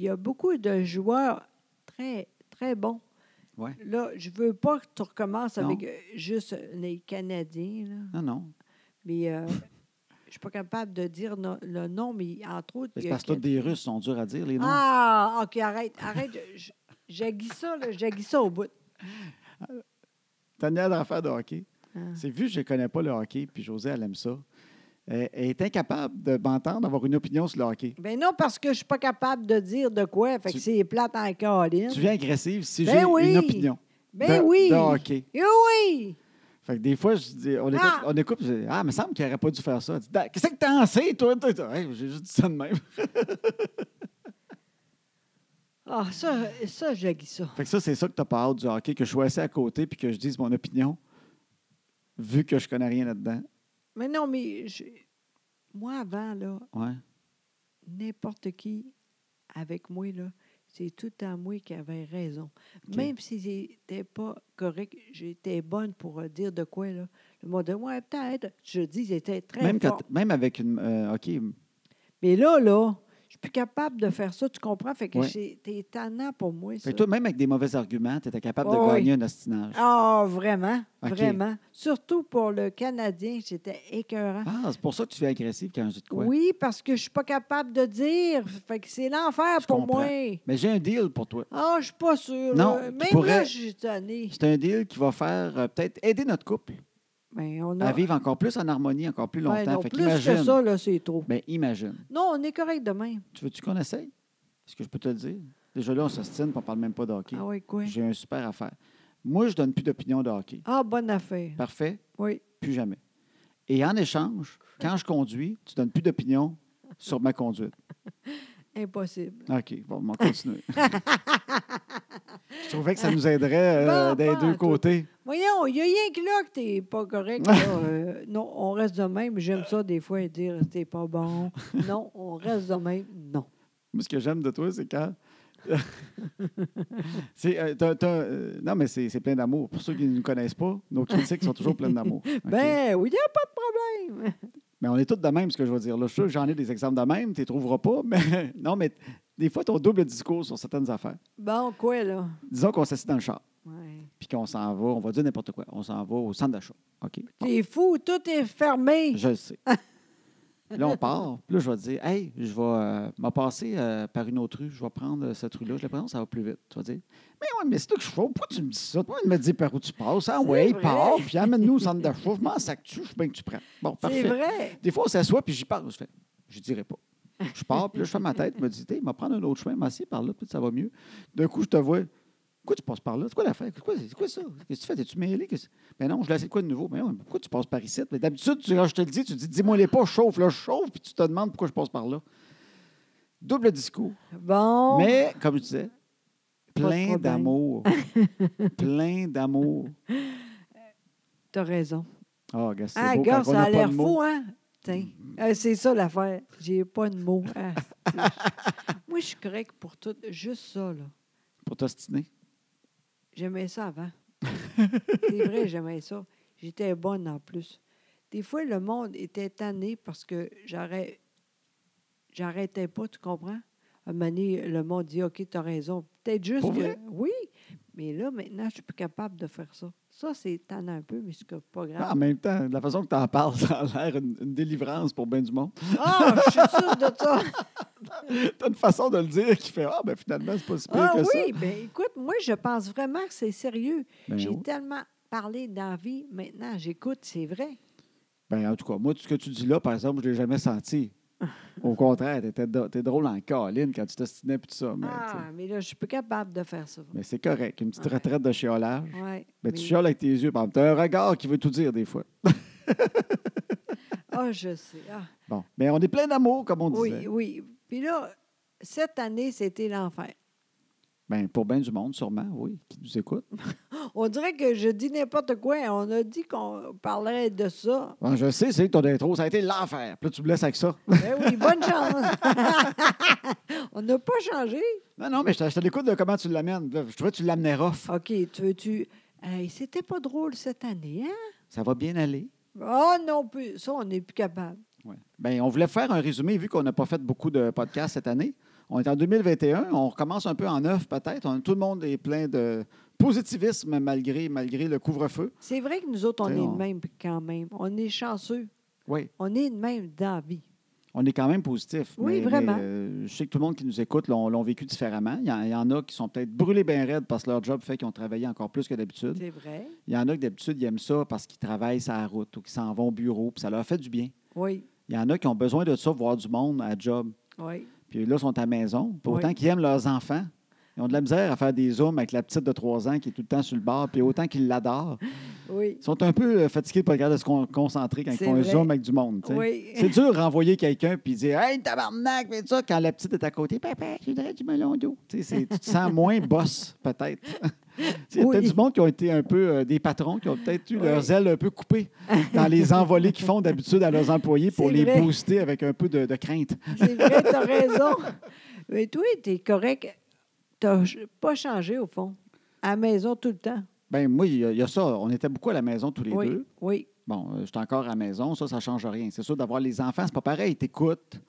y a beaucoup de joueurs très, très bons.
Ouais.
Là, je veux pas que tu recommences
Non.
avec euh, juste les Canadiens, là.
Non, non.
mais euh, je suis pas capable de dire no- le nom, mais entre autres. il
C'est
y a
parce que tous des Russes sont durs à dire, les noms.
Ah, OK, arrête, arrête. J- J'haïs ça, là, j'haïs ça au bout.
T'as une dernière affaire de hockey.
Ah.
C'est vu que je ne connais pas le hockey, puis José, elle aime ça. Elle elle est incapable de m'entendre avoir une opinion sur le hockey.
Ben non, parce que je suis pas capable de dire de quoi, fait
Tu-
que c'est plate en câline.
Tu viens agressive si
Ben
j'ai
oui.
une opinion
Ben
de,
oui!
de hockey.
Eh oui!
Fait que des fois, je dis- on écoute,
Ah.
on écoute, puis je dis, ah, il me semble qu'il n'aurait pas dû faire ça. Elle dit, Da- Qu'est-ce que t'en sais, toi? toi, toi? Hey, J'ai juste dit ça de même.
Ah, ça, ça j'haïs ça.
Fait que ça, c'est ça que t'as pas hâte du hockey, que je sois assis à côté puis que je dise mon opinion, vu que je connais rien là-dedans.
Mais non, mais je- moi, avant, là,
Ouais.
n'importe qui avec moi, là, c'est tout à moi qui avait raison.
OK.
Même si j'étais pas correct, j'étais bonne pour euh, dire de quoi, là. Le mot de moi, peut-être, je dis, j'étais très
Même, quand,
forte.
même avec une. euh, OK.
Mais là, là, je suis plus capable de faire ça, tu comprends? Fait que
Ouais.
c'était tannant pour moi, ça.
Fait que toi, même avec des mauvais arguments, tu étais capable
Ouais,
de gagner un ostinage.
Ah, vraiment,
OK.
vraiment. Surtout pour le Canadien, j'étais écœurant.
Ah, c'est pour ça que tu es agressive quand je dis de quoi.
Oui, parce que je suis pas capable de dire. Fait que c'est l'enfer
Je
pour
comprends.
moi.
Mais j'ai un deal pour toi.
Ah, je suis pas sûre.
Non,
là.
tu
Même là,
pourrais-
je suis tannée.
C'est un deal qui va faire euh, peut-être aider notre couple
Mais Ben, on
à
a...
vivre encore plus en harmonie, encore plus
Ouais,
longtemps.
non,
fait
plus que
qu'imagine.
ça, là, c'est trop.
Ben, imagine.
Non, on est correct demain.
Tu veux-tu qu'on essaye? Est-ce que je peux te le dire? Déjà là, on s'ostine, puis on parle même pas de hockey.
Ah oui, quoi?
J'ai un super affaire. Moi, je donne plus d'opinion de hockey.
Ah, bonne affaire.
Parfait?
Oui.
Plus jamais. Et en échange, quand je conduis, tu donnes plus d'opinion sur ma conduite.
Impossible.
OK, bon, on va
(laughs)
continuer. je trouvais que ça nous aiderait euh,
Bon,
des
bon,
deux
tout.
côtés.
Voyons, il y a rien que là que t'es pas correct. là.
(laughs)
Euh, non, on reste de même. J'aime ça des fois dire t'es pas
(laughs)
bon. Non, on reste de même. Non.
Moi, ce que j'aime de toi, c'est quand. (laughs) C'est, euh, t'as- t'as, euh, non, mais c'est c'est plein d'amour. Pour ceux qui ne nous connaissent pas, nos critiques sont toujours
(laughs)
pleines d'amour. OK?
Ben oui, il n'y a pas de problème.
Mais on est tous de même, ce que je veux dire. Là, je suis sûr que j'en ai des exemples de même, tu ne trouveras pas. (laughs) Mais non, mais des fois, ton double discours sur certaines affaires.
Bon, quoi là?
Disons qu'on s'assied dans le char,
Ouais.
puis qu'on s'en va, on va dire n'importe quoi. On s'en va au centre d'achat. OK? Bon,
T'es fou, tout est fermé.
je le sais. Puis là, on part. Puis là, je vais te dire, hey, je vais euh, me passer euh, par une autre rue. Je vais prendre euh, cette rue-là. Je la prends, ça va plus vite. Tu vas dire, mais ouais, mais c'est toi que je fais. Pourquoi tu me dis ça? Pourquoi tu me dis par où tu passes? Ah
C'est
ouais,
vrai.
pars, puis amène-nous au centre d'achat. Je m'en sac tu, je suis bien que tu prends. Bon,
C'est
parfait.
vrai.
Des fois, on s'assoit, puis j'y parle. Je fais, je dirais pas. Je pars, puis là, je fais ma tête, je me dis, il m'a prendre un autre chemin, m'assis par là, puis ça va mieux. D'un coup, je te vois. Pourquoi tu passes par là? C'est quoi l'affaire? C'est quoi, c'est quoi ça? Qu'est-ce que tu fais? T'es-tu mêlé? Qu'est-ce- Ben non, je laisse quoi de nouveau? Ben non, mais pourquoi tu passes par ici? Mais d'habitude, tu- quand je te le dis, tu dis, dis-moi les pas, je chauffe, là, je chauffe, puis tu te demandes pourquoi je passe par là. Double discours.
Bon.
Mais, comme je disais,
Oh. de
plein
problème. (laughs)
d'amour. plein d'amour.
T'as raison.
Ah, gars, c'est
Ah,
beau
gars,
quand on
ça
n'a
a
pas
l'air
de mots.
fou, hein? Tiens. Euh, c'est ça l'affaire. J'ai pas de mots. Ah,
(laughs)
c'est- Moi, je suis correcte pour tout. Juste ça, là.
Pour t'ostiner.
J'aimais ça avant. C'est vrai, j'aimais ça. J'étais bonne en plus. Des fois, le monde était tanné parce que j'arrêtais, j'arrêtais pas, tu comprends? À un moment donné, le monde dit OK, tu as raison. Peut-être juste
Pour
que-
vrai?
Oui, mais là, maintenant, je suis plus capable de faire ça. Ça, c'est tannant un peu, mais c'est que pas grave.
En même temps, de la façon que tu en parles, (laughs) ça a l'air une, une délivrance pour ben du monde. (laughs)
Ah, je suis sûre de ça.
T'as une façon de le dire qui fait Ah, ben finalement, c'est pas si pire
Ah
que
oui, bien écoute, moi, je pense vraiment que c'est sérieux.
ça. Ben,
J'ai
oui.
tellement parlé d'envie, maintenant, j'écoute, c'est vrai.
Ben, en tout cas, moi, tout ce que tu dis là, par exemple, je l'ai
(laughs)
jamais senti. Au contraire, t'étais do- t'es drôle en câline quand tu t'ostinais et tout ça. Mais, Ben, tu sais.
Ah, mais là, je suis plus capable de faire ça.
Mais c'est correct. Une petite
Ouais.
retraite de chiolage.
Ouais,
Mais
mais-
Ben, tu chioles avec tes yeux. par exemple. T'as un regard qui veut tout dire des fois.
Ah, je sais. Ah,
Bon. Mais on est plein d'amour, comme (laughs) on disait.
oui, oui. Puis là, cette année, c'était l'enfer.
Ben, pour bien du monde, sûrement, oui, qui nous écoute.
On dirait que je dis n'importe quoi. On a dit qu'on parlerait de ça.
Bon, Ah, je sais, c'est ton intro, ça a été l'enfer. Puis là, tu me laisses avec ça.
Ben oui,
(laughs)
bonne chance. (laughs) On n'a pas changé.
non, non, mais je te- je te l'écoute de comment tu l'amènes. Là, Je trouvais que tu l'amenais rough.
OK, tu veux-tu. Hey, c'était pas drôle cette année, hein?
Ça va bien aller.
Oh non plus. Ça, on n'est plus capable.
Ouais. Ben, on voulait faire un résumé, vu qu'on n'a pas fait beaucoup de podcasts cette année. On est en 2021, on recommence un peu en neuf peut-être. On- Tout le monde est plein de positivisme malgré, malgré le couvre-feu.
C'est vrai que nous autres, on
T'sais,
est
on-
de même quand même. On est chanceux.
Oui,
On est de même d'envie.
on est quand même positif.
Oui, vraiment.
euh, je sais que tout le monde qui nous écoute l'ont l'ont vécu différemment. Il y, en, il y en a qui sont peut-être brûlés bien raides parce que leur job fait qu'ils ont travaillé encore plus que d'habitude.
C'est vrai.
Il y en a que d'habitude, ils aiment ça parce qu'ils travaillent sur la route ou qu'ils s'en vont au bureau, puis ça leur fait du bien.
Oui,
Il y en a qui ont besoin de ça, voir du monde à job.
oui.
Puis là, ils sont à la maison. Pour
Oui.
autant qu'ils aiment leurs enfants, ils ont de la misère à faire des zooms avec la petite de 3 ans qui est tout le temps sur le bord, puis autant qu'ils l'adorent.
Oui.
Ils sont un peu euh, fatigués de pas regarder de se con- concentrer quand ils
C'est
font un
vrai.
zoom avec du monde. tu sais.
Oui.
(laughs) C'est dur de renvoyer quelqu'un puis dire Hey, tabarnak, fais ça quand la petite est à côté. Papa, je voudrais du melon d'eau. Tu sais, c'est- tu te sens moins boss, peut-être. (laughs) Tu sais, Il y a
Oui.
peut-être du monde qui ont été un peu euh, des patrons, qui ont peut-être eu
Oui.
leurs ailes un peu coupées dans les envolées qu'ils font d'habitude à leurs employés pour
C'est
les
vrai.
booster avec un peu de, de crainte.
C'est vrai, t'as raison. Mais toi, t'es correct. T'as ch- pas changé, au fond. À la maison, tout le temps.
Ben moi, il y, a- il y a ça. On était beaucoup à la maison tous les
oui,
deux.
oui.
Bon, euh, j'étais encore à la maison, ça, ça ne change rien. C'est sûr, d'avoir les enfants, c'est pas pareil. T'écoutes.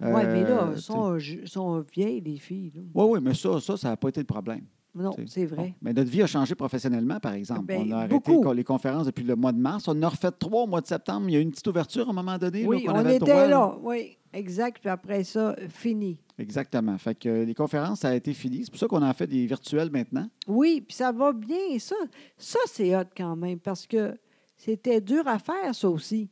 oui, mais là,
Euh,
elles sont, ju- sont vieilles, les filles. là.
Oui, oui, mais ça, ça, ça n'a pas été le problème.
Non,
tu sais.
c'est
Bon.
vrai.
Mais notre vie a changé professionnellement, par exemple.
Ben,
on a arrêté
beaucoup.
co- les conférences depuis le mois de mars. On en a refait trois au mois de septembre. Il y a eu une petite ouverture à un moment donné. là,
oui,
qu'on
on
avait le
était
droit.
là. Oui, exact. Puis après ça, fini.
Exactement. Fait que euh, les conférences, ça a été fini. C'est pour ça qu'on en fait des virtuels maintenant.
Oui, puis ça va bien. Ça, ça c'est hot quand même, parce que c'était dur à faire, ça aussi.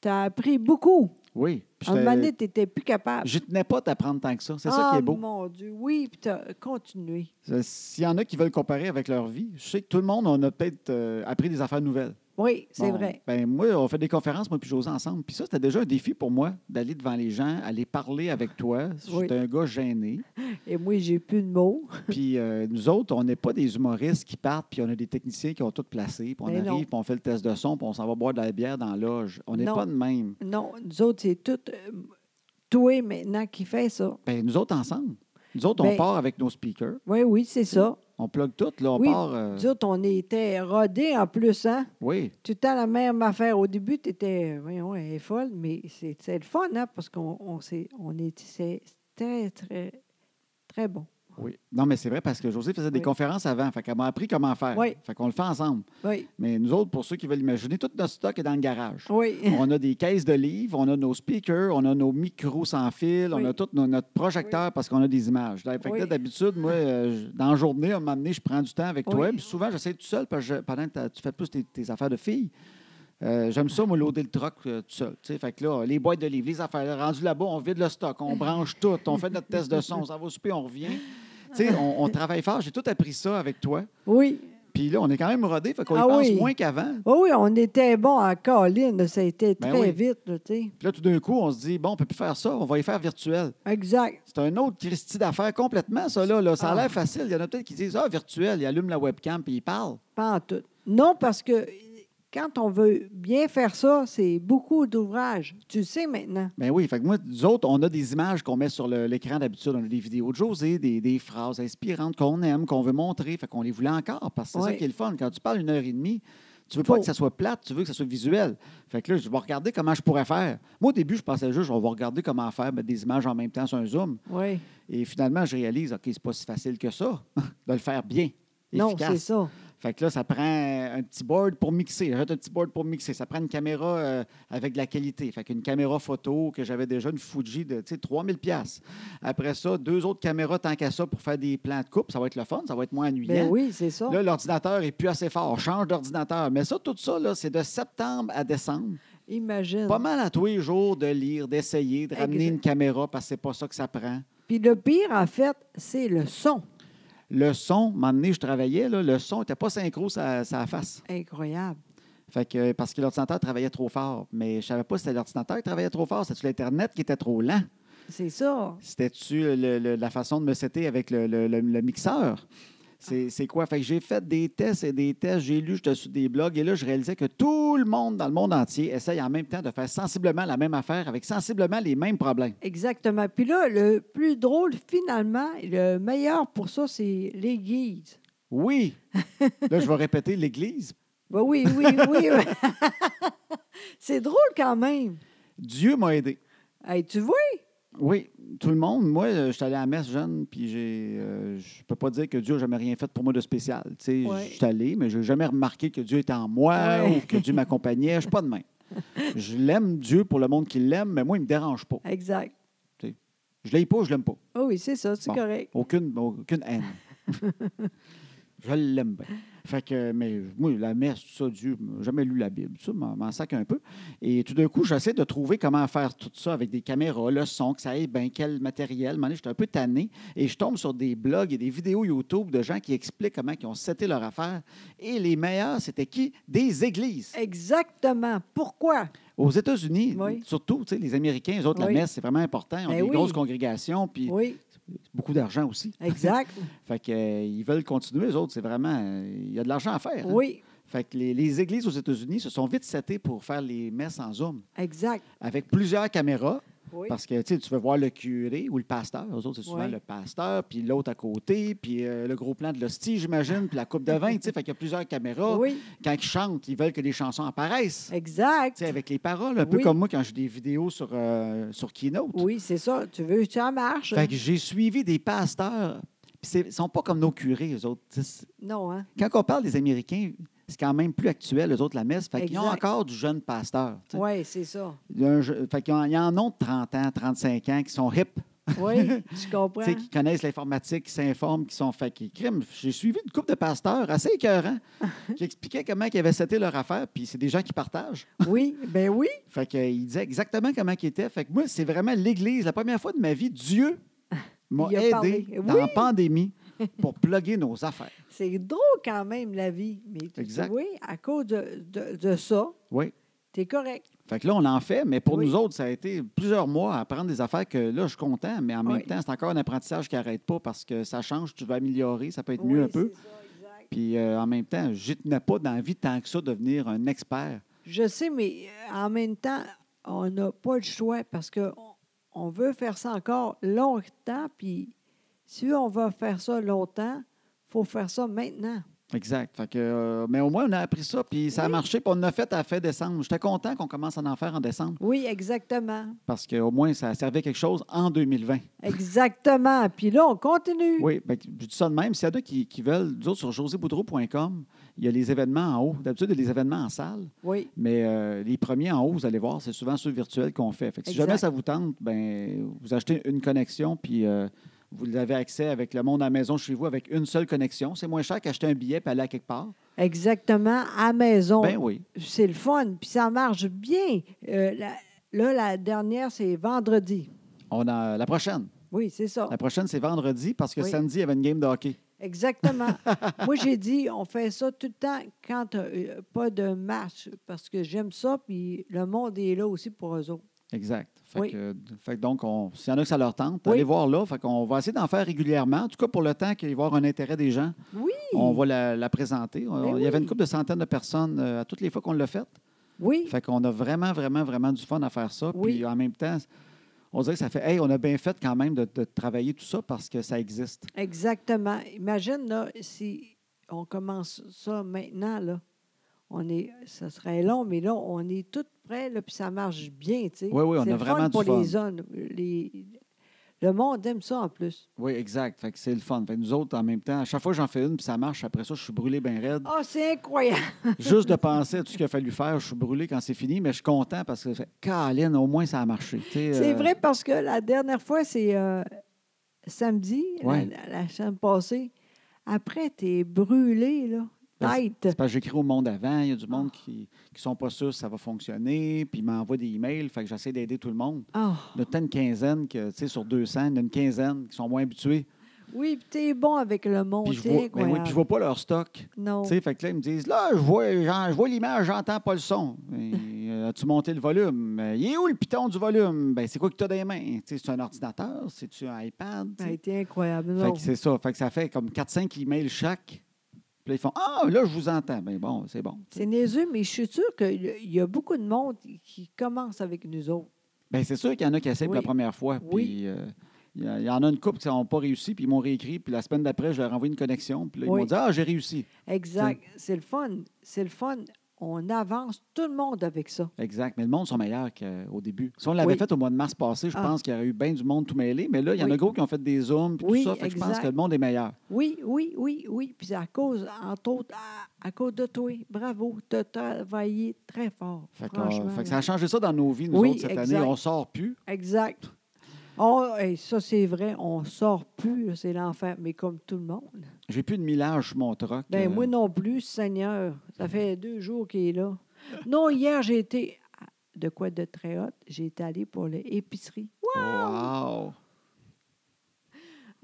T'as appris beaucoup.
Oui. Puis
À un
j'étais-
moment donné, t'étais plus capable.
Je tenais pas à t'apprendre tant que ça. C'est
ah,
ça qui est beau.
mon Dieu, oui, puis t'as continué.
Euh, S'il y en a qui veulent comparer avec leur vie, je sais que tout le monde, on a peut-être euh, appris des affaires nouvelles.
Oui, c'est
Bon,
vrai.
Ben, moi, on fait des conférences, moi puis José ensemble. Puis ça, c'était déjà un défi pour moi d'aller devant les gens, aller parler avec toi.
Oui.
J'étais un gars gêné.
Et moi, j'ai plus de mots.
Puis euh, nous autres, on n'est pas des humoristes qui partent, puis on a des techniciens qui ont tout placé, puis on
Ben non.
arrive, puis on fait le test de son, puis on s'en va boire de la bière dans la loge. On n'est
Non.
pas de même.
Non, nous autres, c'est tout. euh, toi maintenant qui fait ça.
Ben, nous autres ensemble. Nous autres, on
Ben-
part avec nos speakers,
Oui, oui, c'est ça.
on plug tout, là, on
oui,
part. euh,
nous autres, on était rodés en plus, hein?
oui,
Tout le temps la même affaire. Au début, tu étais, voyons, elle est folle, mais c'est c'est le fun, hein? Parce qu'on on s'est- on était c'est très, très, très bon.
oui. Non, mais c'est vrai parce que José faisait des
Oui.
conférences avant, fait qu'elle m'a appris comment faire.
Oui.
Fait qu'on le fait ensemble.
Oui,
Mais nous autres, pour ceux qui veulent imaginer, tout notre stock est dans le garage.
oui.
(laughs) On a des caisses de livres, on a nos speakers, on a nos micros sans fil,
Oui.
on a tout nos- notre projecteur parce qu'on a des images. Fait que là,
Oui.
d'habitude, moi, euh, je- dans la journée, à un moment donné, je prends du temps avec
Oui.
toi. Puis souvent, j'essaie tout seul parce que je- pendant que t'as- tu fais plus tes, tes affaires de filles. euh, J'aime ça, moi, loader le truck euh, tout seul. tu sais. Fait que là, les boîtes de livres, les affaires, rendues là-bas, on vide le stock,
(laughs)
on branche tout, on fait notre test de son, on s'en va au souper, on revient. Tu sais, on, on travaille fort. J'ai tout appris ça avec toi.
(laughs) Oui.
Puis là, on est quand même rodé, fait qu'on y
Ah
pense
oui.
moins qu'avant.
Oui, oui, on était bon en colline. Ça a été
Ben
très
oui.
vite, là, tu sais.
Puis là, tout d'un coup, on se dit, bon, on ne peut plus faire ça, on va y faire virtuel.
Exact.
C'est un autre Christie d'affaires complètement, ça. Là, là. Ça a
Ah.
l'air facile. Il y en a peut-être qui disent, ah, virtuel, ils allument la webcam puis ils parlent.
Pas en tout. Non, parce que quand on veut bien faire ça, c'est beaucoup d'ouvrages. Tu le sais maintenant.
Ben oui, fait que moi, nous autres, on a des images qu'on met sur le- l'écran d'habitude. On a des vidéos de José, des, des phrases inspirantes qu'on aime, qu'on veut montrer. Fait qu'on les voulait encore parce que c'est ça
Oui.
qui est le fun. Quand tu parles une heure et demie, tu veux
Faut.
pas que ça soit plate, tu veux que ça soit visuel. Fait que là, je vais regarder comment je pourrais faire. Moi, au début, je pensais juste, on va regarder comment faire mettre des images en même temps sur un Zoom.
Oui.
Et finalement, je réalise, OK, c'est pas si facile que ça (laughs) de le faire bien.
Non,
efficace.
c'est ça.
Fait que là, ça prend un petit board pour mixer. J'achète un petit board pour mixer. Ça prend une caméra euh, avec de la qualité. Fait qu'une caméra photo que j'avais déjà, une Fuji de tu sais, 3000 pièces. Après ça, deux autres caméras tant qu'à ça pour faire des plans de coupe. Ça va être le fun, ça va être moins ennuyant.
Ben oui, c'est ça.
Là, l'ordinateur est plus assez fort. Change d'ordinateur. Mais ça, tout ça, là, c'est de septembre à décembre.
Imagine.
Pas mal à tous les jours de lire, d'essayer, de ramener
Exact.
une caméra parce que c'est pas ça que ça prend.
Puis le pire, en fait, c'est le son.
Le son, m'en je travaillais, là, le son n'était pas synchro sa, sa face.
Incroyable.
Fait que, parce que l'ordinateur travaillait trop fort. Mais je ne savais pas si c'était l'ordinateur qui travaillait trop fort, c'était-tu l'Internet qui était trop lent,
C'est ça.
c'était-tu le- le- la façon de me setter avec le, le- le- le mixeur. C'est c'est quoi? Fait que j'ai fait des tests et des tests, j'ai lu, j'étais sur des blogs, et là, je réalisais que tout le monde dans le monde entier essaye en même temps de faire sensiblement la même affaire avec sensiblement les mêmes problèmes.
Exactement. Puis là, le plus drôle, finalement, le meilleur pour ça, c'est les guides.
Oui! là, je vais répéter l'Église.
Ben oui, oui, oui. (laughs) oui. c'est drôle quand même.
Dieu m'a aidé.
Hey, tu vois?
Oui, tout le monde. Moi, euh, je suis allé à la messe jeune, puis j'ai, euh, je peux pas dire que Dieu n'a jamais rien fait pour moi de spécial. Tu sais,
Ouais.
Je suis allé, mais je n'ai jamais remarqué que Dieu était en moi
Ouais.
ou que Dieu m'accompagnait. Je suis pas
(laughs)
de même. Je l'aime Dieu pour le monde qui l'aime, mais moi, il me dérange pas.
Exact.
Je l'aime pas, je l'aime pas.
Ah oui, c'est ça, c'est
Bon.
correct.
Aucune, aucune
(laughs)
haine. je l'aime bien. Fait que, mais moi, la messe, tout ça, Dieu, j'ai jamais lu la Bible, ça, m'en m'en sac un peu. Et tout d'un coup, j'essaie de trouver comment faire tout ça avec des caméras, le son, que ça aille bien, quel matériel. Je j'étais un peu tanné et je tombe sur des blogs et des vidéos YouTube de gens qui expliquent comment ils ont seté leur affaire. Et les meilleurs, c'était qui? Des églises.
Exactement. Pourquoi?
Aux États-Unis,
Oui.
surtout, tu sais, les Américains, les autres,
Oui.
la messe, c'est vraiment important. Ils ont
Ben
des
oui.
grosses congrégations, puis
Oui,
beaucoup d'argent aussi. (laughs)
exact.
Fait que, euh, ils veulent continuer, les autres. C'est vraiment. euh, Il y a de l'argent à faire. hein.
oui,
Fait que les, les églises aux États-Unis se sont vite setées pour faire les messes en Zoom
exact.
avec plusieurs caméras.
Oui.
Parce que tu sais, tu veux voir le curé ou le pasteur. Eux autres, c'est souvent
Oui.
le pasteur, puis l'autre à côté, puis euh, le gros plan de l'hostie, j'imagine, puis la coupe de vin. tu sais. Fait qu'il y a plusieurs caméras.
Oui,
Quand ils chantent, ils veulent que les chansons apparaissent. tu
exact.
sais, Avec les paroles, un peu
Oui.
comme moi quand j'ai des vidéos sur, euh, sur Keynote.
Oui, c'est ça. Tu veux que ça marche?
Fait que j'ai suivi des pasteurs. Puis c'est- ils sont pas comme nos curés, eux autres. Tu sais, c'est-
Non, hein?
quand on parle des Américains, c'est quand même plus actuel, eux autres, la messe. Fait qu'ils ont
Exact.
encore du jeune pasteur. tu sais.
Oui, c'est
(laughs)
ça.
Il y a un je- fait qu'ils en- il y en ont de 30 ans, 35 ans qui sont hip,
Oui, je
tu
comprends.
sais, qui connaissent l'informatique, qui s'informent, qui sont fait qui criment. J'ai suivi une couple de pasteurs assez écœurants
(laughs)
qui expliquaient comment ils avaient seté leur affaire, puis c'est des gens qui partagent.
Oui, ben oui.
Fait qu'ils disaient exactement comment ils étaient. Fait que moi, c'est vraiment l'Église. La première fois de ma vie, Dieu m'a
Il a
aidé
parlé.
dans
(laughs)
la pandémie pour plugger nos affaires.
C'est drôle quand même, la vie. Mais tu-
Exact.
Oui, à cause de, de, de ça,
Oui.
tu es correct.
Fait que là, on en fait, mais pour
Oui.
nous autres, ça a été plusieurs mois à apprendre des affaires que là, je suis content, mais en même
Oui.
temps, c'est encore un apprentissage qui n'arrête pas parce que ça change, tu vas améliorer, ça peut être mieux
Oui,
un peu.
c'est ça, exact.
Puis euh, en même temps, je n'ai pas d'envie tant que ça de devenir un expert.
Je sais, mais euh, en même temps, on n'a pas le choix parce qu'on on veut faire ça encore longtemps. Puis si on va faire ça longtemps, faut faire ça maintenant.
Exact. Fait que, euh, mais au moins, on a appris ça, puis ça a
Oui.
marché, puis on a fait à fin décembre. J'étais content qu'on commence à en faire en décembre
Oui, exactement.
parce qu'au moins, ça servait quelque chose en 2020.
Exactement. Puis là, on continue.
Oui, ben, je dis ça de même. S'il y en a qui, qui veulent, nous autres, sur joséboudreau.com, il y a les événements en haut. D'habitude, il y a les événements en salle.
Oui.
Mais euh, les premiers en haut, vous allez voir, c'est souvent ceux virtuels qu'on fait. Fait que si
Exact.
jamais ça vous tente, ben, vous achetez une connexion, puis euh, vous avez accès avec le monde à la maison chez vous avec une seule connexion. C'est moins cher qu'acheter un billet et aller à quelque part.
Exactement. À maison.
Ben oui.
C'est le fun. Puis ça marche bien. Euh, la- là, la dernière, c'est vendredi.
On a la prochaine.
Oui, c'est ça.
(laughs) La prochaine, c'est vendredi parce que
Oui.
samedi, il y avait une game de hockey.
Exactement. Moi, j'ai dit, on fait ça tout le temps quand euh, pas de match, parce que j'aime ça, puis le monde est là aussi pour eux autres.
Exact. Fait
Oui.
que, euh, fait que donc, on- s'il y en a que ça leur tente,
Oui.
allez voir là. Fait qu'on va essayer d'en faire régulièrement, en tout cas pour le temps qu'il va y avoir un intérêt des gens.
Oui,
On va la, la présenter. On-
Ben
Il y avait
oui.
une couple de centaines de personnes euh, à toutes les fois qu'on l'a faite.
Oui.
Fait qu'on a vraiment, vraiment, vraiment du fun à faire ça.
Oui.
Puis en même temps, on dirait que ça fait Hey, on a bien fait quand même de, de travailler tout ça parce que ça existe.
Exactement. Imagine là, si on commence ça maintenant, là, on est, ça serait long, mais là, on est tout prêt, là, puis ça marche bien, tu sais.
Oui, oui, on
C'est
a
le
vraiment du
pour
fun.
les zones. les- Le monde aime ça en plus.
Oui, exact. Fait que c'est le fun. Fait que nous autres, en même temps, à chaque fois que j'en fais une, puis ça marche, après ça, je suis brûlé bien raide.
Ah, c'est incroyable!
(laughs) Juste de penser à tout ce qu'il a fallu faire, je suis brûlé quand c'est fini, mais je suis content parce que, Caroline, au moins, ça a marché. Tu sais,
C'est
euh,
vrai parce que la dernière fois, c'est euh, samedi, la-
Ouais.
la, la semaine passée. Après, t'es brûlé, là.
Parce-
Tête.
C'est parce que j'écris au monde avant. Il y a du
Ah.
monde qui ne sont pas sûrs si ça va fonctionner, puis ils m'envoient des emails. Fait que j'essaie d'aider tout le monde.
Ah,
Il y en a peut-être une quinzaine, que, tu sais, sur 200, il y en a une quinzaine qui sont moins habitués.
Oui, puis t'es bon avec le monde.
Puis je
C'est
vois, ben oui,
incroyable.
puis je vois pas leur stock.
Non.
Tu sais, fait que là, ils me disent Là, je vois, j'en- je vois l'image, j'entends pas le son. Et,
(laughs)
euh, As-tu monté le volume Euh, Il est où le piton du volume ben, C'est quoi que tu as dans les mains Tu sais, C'est un ordinateur C'est-tu un iPad Tu
Ça a
sais,
été incroyable.
Fait
Non.
que c'est ça. Fait que ça fait comme 4-5 emails chaque. Puis là, ils font Ah, là, je vous entends. Ben bon, c'est bon.
C'est niaiseux, mais je suis sûre qu'il y a beaucoup de monde qui commence avec nous autres.
Bien, Ben, c'est sûr qu'il y en a qui essaient pour la
Oui.
première fois.
Oui.
Puis, euh, il y a- il y, en a une couple qui n'ont pas réussi, puis ils m'ont réécrit. Puis la semaine d'après, je leur ai envoyé une connexion. Puis là, ils
Oui.
m'ont dit Ah, j'ai réussi.
Exact. C'est le fun. C'est le fun. On avance tout le monde avec ça.
Exact. Mais le monde sont meilleurs qu'au début. Si on l'avait
Oui.
fait au mois de mars passé, je
Ah.
pense qu'il y aurait eu bien du monde tout mêlé. Mais là, il y en a
Oui.
gros qui ont fait des zooms, puis
Oui,
tout ça. Fait que je pense
exact.
que le monde est meilleur.
Oui, oui, oui, oui. Puis c'est à cause, entre autres, à, à cause de toi. Bravo. Tu as travaillé très fort.
Fait que,
franchement.
euh, fait que ça a changé ça dans nos vies, nous
Oui,
autres, cette
exact.
année. On sort plus.
Exact. Oh, hey, ça, c'est vrai. On sort plus. là, C'est l'enfer. Mais comme tout le monde.
J'ai plus de millage sur mon truck.
Ben,
euh,
moi non plus, Seigneur. Ça fait deux jours qu'il est là. Non, hier, j'ai été. à- De quoi de très haute? J'ai été allée pour l'épicerie.
wow!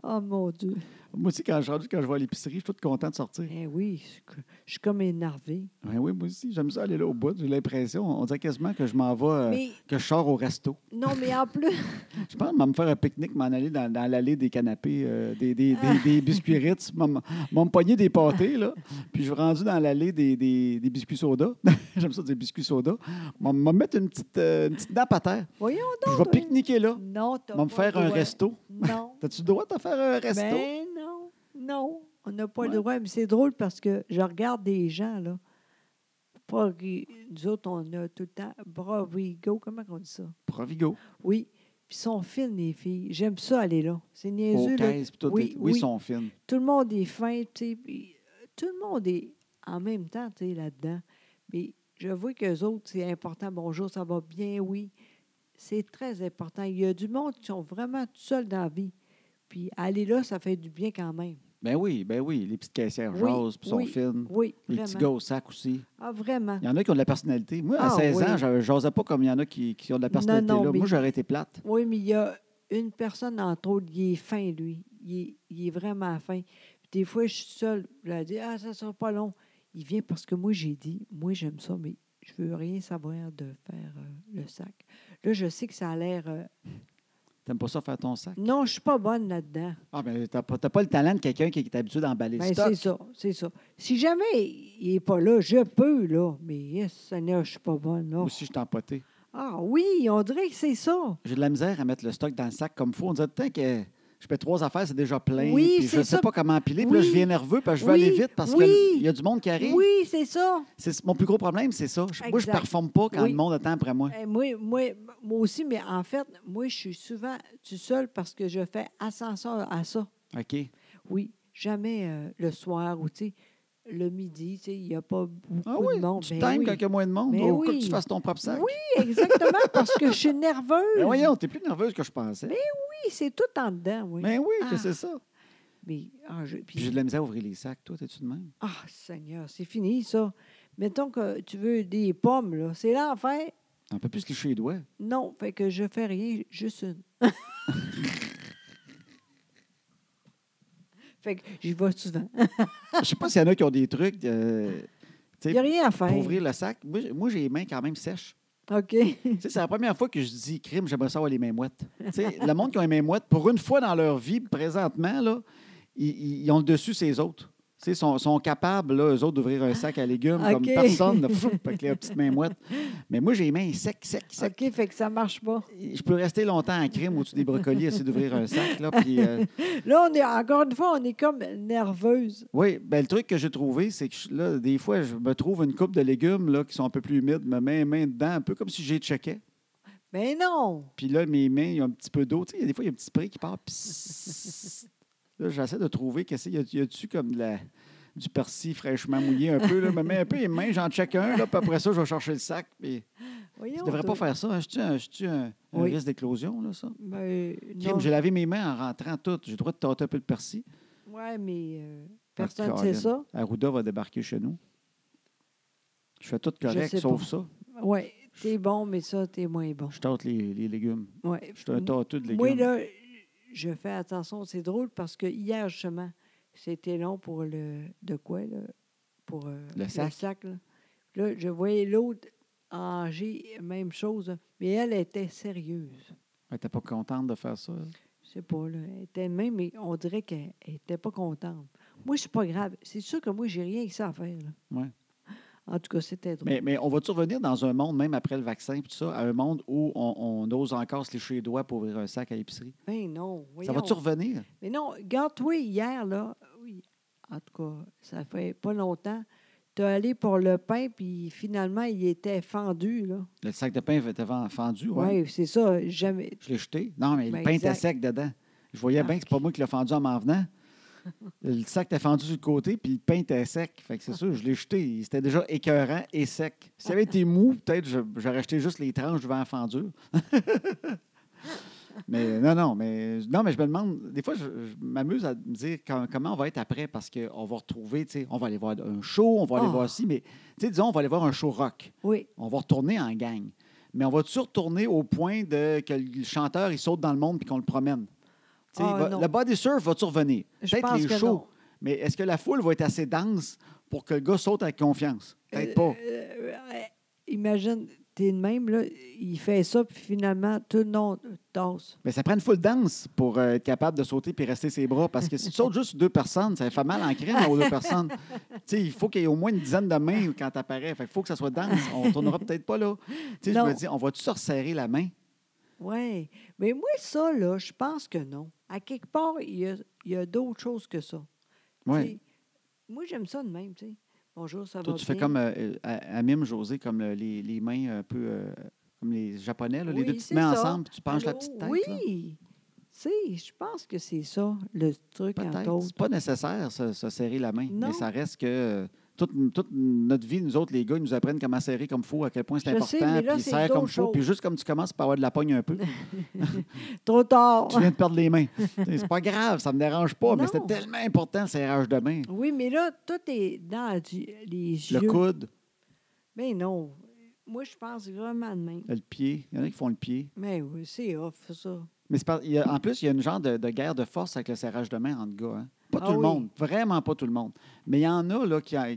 Oh mon Dieu.
Moi aussi, quand je, suis rendu- quand je vais à l'épicerie, je suis tout content de sortir.
Ben oui, je suis co- je suis comme énervée.
Ben oui, moi aussi, j'aime ça aller là au bout. J'ai l'impression, on dirait quasiment que je m'en vais, euh,
Mais
que je sors au resto.
non, mais en plus,
Je pense que je vais me faire un pique-nique, m'en aller dans, dans l'allée des canapés, euh, des, des,
Ah.
des, des biscuits Ritz, m'en- m'en me pogner des pâtés, là. Puis je vais rendu dans l'allée des, des, des biscuits soda. (laughs) J'aime ça, des biscuits soda. M'en me mettre une petite, euh, une petite nappe à terre.
voyons
Puis
donc.
je vais
toi.
pique-niquer là.
Non, t'as
M'en me
pas
faire
le
un
droit.
resto.
Non.
T'as-tu le droit de te faire un resto?
Ben non, non. On n'a pas
Ouais.
le droit. Mais c'est drôle parce que je regarde des gens, là. Pas, ri- nous autres, on a tout le temps bravigo. Comment on dit ça?
Provigo.
Oui. Puis ils sont fines, les filles. J'aime ça aller là. C'est niaiseux.
Aux
là.
15, puis tout.
Oui,
oui, ils
oui.
sont fines.
Tout le monde est fin, tu sais. puis, euh, Tout le monde est en même temps, tu sais, là-dedans. Mais je vois qu'eux autres, c'est important. Bonjour, ça va bien, oui. C'est très important. Il y a du monde qui sont vraiment tout seuls dans la vie. Puis aller là, ça fait du bien quand même.
Ben oui, ben oui. Les petites caissières
Oui,
roses, puis sont
oui,
fines.
Oui,
Les petits gars
vraiment.
au sac aussi.
Ah, vraiment.
Il y en a qui ont de la personnalité. Moi, à
Ah,
16 ans,
oui.
je j'osais pas comme il y en a qui, qui ont de la
Non,
personnalité.
non,
là.
mais-
Moi, j'aurais été plate.
Oui, mais il y a une personne, entre autres, il est fin, lui. Il est, il est vraiment fin. Puis des fois, je suis seule. Je lui dis Ah, ça sera pas long. Il vient parce que moi, j'ai dit Moi, j'aime ça, mais je veux rien savoir de faire euh, le sac. Là, je sais que ça a l'air. euh,
T'aimes pas ça faire ton sac?
Non, je suis pas bonne là-dedans.
Ah, ben, t'as pas, t'as pas le talent de quelqu'un qui est habitué d'emballer
Ben,
stock.
c'est ça, c'est ça. Si jamais il n'est pas là, je peux, là. Mais, yes, Seigneur, je suis pas bonne, là.
Ou si je t'en potais.
Ah oui, on dirait que c'est ça.
J'ai de la misère à mettre le stock dans le sac comme faut. On disait, tant que je fais trois affaires, c'est déjà plein.
Oui,
puis je
c'est
sais
ça.
pas comment empiler. Puis là,
Oui.
je viens nerveux parce que je veux
Oui.
aller vite parce
Oui.
qu'il y a du monde qui arrive.
Oui, c'est ça.
C'est mon plus gros problème, c'est ça. Je- Moi, je
Exact.
performe pas quand
Oui.
le monde attend après moi.
Eh, moi, moi, moi aussi, mais en fait, moi, je suis souvent tout seul parce que je fais ascenseur à ça.
OK.
Oui, jamais euh, le soir ou, tu sais, le midi, tu sais, il n'y a pas beaucoup
Ah oui,
de monde.
tu
Ben
times
oui.
quand il y a moins de monde.
Ben
au cas que
oui.
tu fasses ton propre sac.
Oui, exactement, parce que je suis nerveuse.
Ben voyons, t'es plus nerveuse que je pensais. Mais
Ben Oui, c'est tout en dedans, oui.
oui, que
Ah.
c'est ça.
Mais, ah, je-
Puis j'ai
puis,
de la misère à ouvrir les sacs. Toi, t'es-tu de même?
ah, Seigneur, c'est fini, ça. Mettons que tu veux des pommes, là. C'est l'enfer.
Un peu plus que chez
(laughs)
les doigts.
Non, fait que je fais rien, juste
(laughs)
une. fait que j'y vais souvent.
Je sais pas s'il y en a qui ont des trucs euh, tu
Il
sais,
n'y a rien à faire.
pour ouvrir le sac. Moi, j'ai- moi, j'ai les mains quand même sèches. (laughs)
OK.
Tu sais, c'est la première fois que je dis crime, j'aimerais ça avoir les mains moites. Tu sais, le monde qui a les mains moites, pour une fois dans leur vie, présentement, là, ils, ils- ils ont le dessus ces autres. Tu sais, sont, sont capables, là, eux autres, d'ouvrir un sac à légumes comme
OK.
personne, (laughs) là, pfff, avec les petites mains moites. Mais moi, j'ai les mains secs, secs, secs.
OK, fait que ça marche pas.
Je peux rester longtemps en crime au-dessus des brocolis, essayer d'ouvrir un sac. Là, puis, euh,
Là, on est, encore une fois, on est comme nerveuse.
oui, ben, le truc que j'ai trouvé, c'est que je- là, des fois, je me trouve une coupe de légumes là, qui sont un peu plus humides, me mets les mains dedans, un peu comme si j'ai checké.
Mais non!
Puis là, mes mains, il y a un petit peu d'eau. Tu sais, il y a des fois, il y a un petit spray qui part. psst. (laughs) là, j'essaie de trouver qu'est-ce qu'il y a. Y a-tu comme de la- du persil fraîchement mouillé un peu? Là, me mets un peu les mains, j'en check un. Là, puis après ça, je vais chercher le sac. Puis... Je
Voyons.
devrais
toi.
pas faire ça. hein. Je-tu un, je-tu un- un
Oui.
risque d'éclosion, là, ça?
Mais,
Crime,
non.
J'ai lavé mes mains en rentrant toutes. J'ai le droit de tâter un peu de persil.
Ouais, mais euh,
Ah,
personne ne
Colin.
sait ça.
Arruda va débarquer chez nous. Je fais tout
sais
correct, sauf ça.
Oui, t'es bon, mais ça, t'es moins bon.
Je tâte les, les légumes.
Ouais.
Je suis un tâteux de légumes.
Moi, là, je fais attention. C'est drôle parce que hier, justement, c'était long pour le. De quoi, là? Pour euh,
Le sac.
là. Là, je voyais l'autre Angers, même chose, là. mais elle était sérieuse.
Ouais, T'es pas contente de faire ça? elle?
Je sais pas, là. Elle était de même, mais on dirait qu'elle n'était pas contente. Moi, je suis pas grave. C'est sûr que moi, j'ai rien que ça à faire. là.
Ouais.
En tout cas, c'était drôle.
Mais, mais on va-tu revenir dans un monde, même après le vaccin, puis tout ça, à un monde où on, on ose encore se lécher les doigts pour ouvrir un sac à l'épicerie?
Ben non.
Ça
voyons.
va-tu revenir?
Mais non, regarde-toi hier, là. Oui. En tout cas, ça fait pas longtemps. Tu as allé pour le pain, puis finalement, il était fendu, là.
Le sac de pain était ven- fendu, ouais.
Oui, c'est ça. Jamais.
Je l'ai jeté. Non, mais
Ben,
le pain
exact. Ah,
était sec dedans. Je voyais bien que c'est pas moi qui l'ai fendu en
(laughs)
m'en venant. Le sac était fendu sur le côté, puis le pain était sec. Fait que c'est sûr, je l'ai jeté. Il était déjà écœurant et sec. Si ça avait été mou, peut-être je- j'aurais acheté juste les tranches devant la fendure. (laughs) mais non, non, mais non, mais je me demande. Des fois, je, je m'amuse à me dire quand- comment on va être après parce qu'on va retrouver, tu sais, on va aller voir un show, on va aller
Ah.
voir ci, mais tu sais, disons, on va aller voir un show rock.
Oui.
On va retourner en gang. Mais on va-tu retourner au point de que le chanteur, il saute dans le monde puis qu'on le promène? Tu sais,
Ah,
il va-
non.
le body surf va-tu revenir?
Je
Peut-être
pense
les
que
shows.
non.
Mais est-ce que la foule va être assez dense pour que le gars saute avec confiance? Peut-être
Euh,
pas.
euh, euh, imagine, t'es de même, là. Il fait ça, puis finalement, tout le monde danse.
Mais ça prend une foule dense pour euh, être capable de sauter puis rester ses bras. Parce que si tu sautes juste sur deux personnes, ça fait mal en crème aux deux personnes. Tu sais, il faut qu'il y ait au moins une dizaine de mains quand tu apparais. Il faut que ça soit dense. On ne tournera peut-être pas là. Tu sais, je
Non.
me dis, on va-tu se resserrer la main?
Oui. Mais moi, ça, là, je pense que non. À quelque part, il y a, il y a d'autres choses que ça. Tu
Oui.
sais, Moi, j'aime ça de même, tu sais. Bonjour, ça
Toi,
va
tu fais
bien?
comme euh, euh, à, à mime José, comme le- les, les mains un peu euh, comme les Japonais, là, les deux
Oui,
petites
c'est
mains
ça.
ensemble, puis tu penches la
Allô?
petite tête. là.
Oui. Tu sais, je pense que c'est ça, le truc en
Peut-être.
autres.
C'est pas nécessaire, se, se serrer la main.
Non.
Mais ça reste que euh, toute, toute notre vie, nous autres, les gars, ils nous apprennent comment serrer comme faut, à quel point c'est
Je
important,
sais, mais là,
puis
c'est
serre comme
d'autres
faut, puis juste comme tu commences par avoir de la pogne
(laughs)
un peu,
Trop tard.
tu viens de perdre les mains. c'est pas grave, ça me dérange pas, mais
Non.
c'était tellement important le serrage de main.
(laughs) Oui, mais là, tout est dans du- les yeux.
Le coude,
Mais non. Moi, je pense vraiment de même.
le pied. Il y en a qui font le pied.
Mais oui, c'est off, ça.
Mais c'est par- il y a- en plus, il y a une genre de, de guerre de force avec le serrage de main entre gars. hein. Pas
Ah
tout le
oui.
monde, vraiment pas tout le monde. Mais il y en a là, qui, a-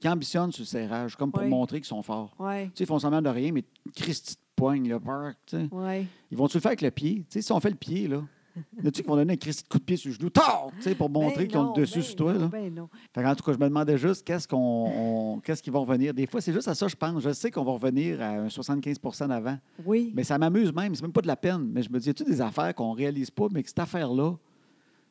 qui ambitionnent sur le serrage, comme pour
Oui.
montrer qu'ils sont forts.
Oui,
Tu sais, ils font semblant de rien, mais Christy de poigne, là, brrr, tu sais.
oui.
Ils vont-tu le faire avec le pied? Tu sais, si on fait le pied, là, y en a-tu qui vont donner un Christy de coup de pied sur le genou, tard, tu sais, pour montrer qu'ils ont le dessus sur toi? Là?
Ben non.
Fait qu'en tout cas, je me demandais juste qu'est-ce qu'on, on- qu'est-ce qu'ils vont revenir. Des fois, c'est juste à ça, je pense. Je sais qu'on va revenir à un 75 d'avant.
Oui.
Mais ça m'amuse même, c'est même pas de la peine. Mais je me dis, y a-tu des affaires qu'on réalise pas, mais que cette affaire-là,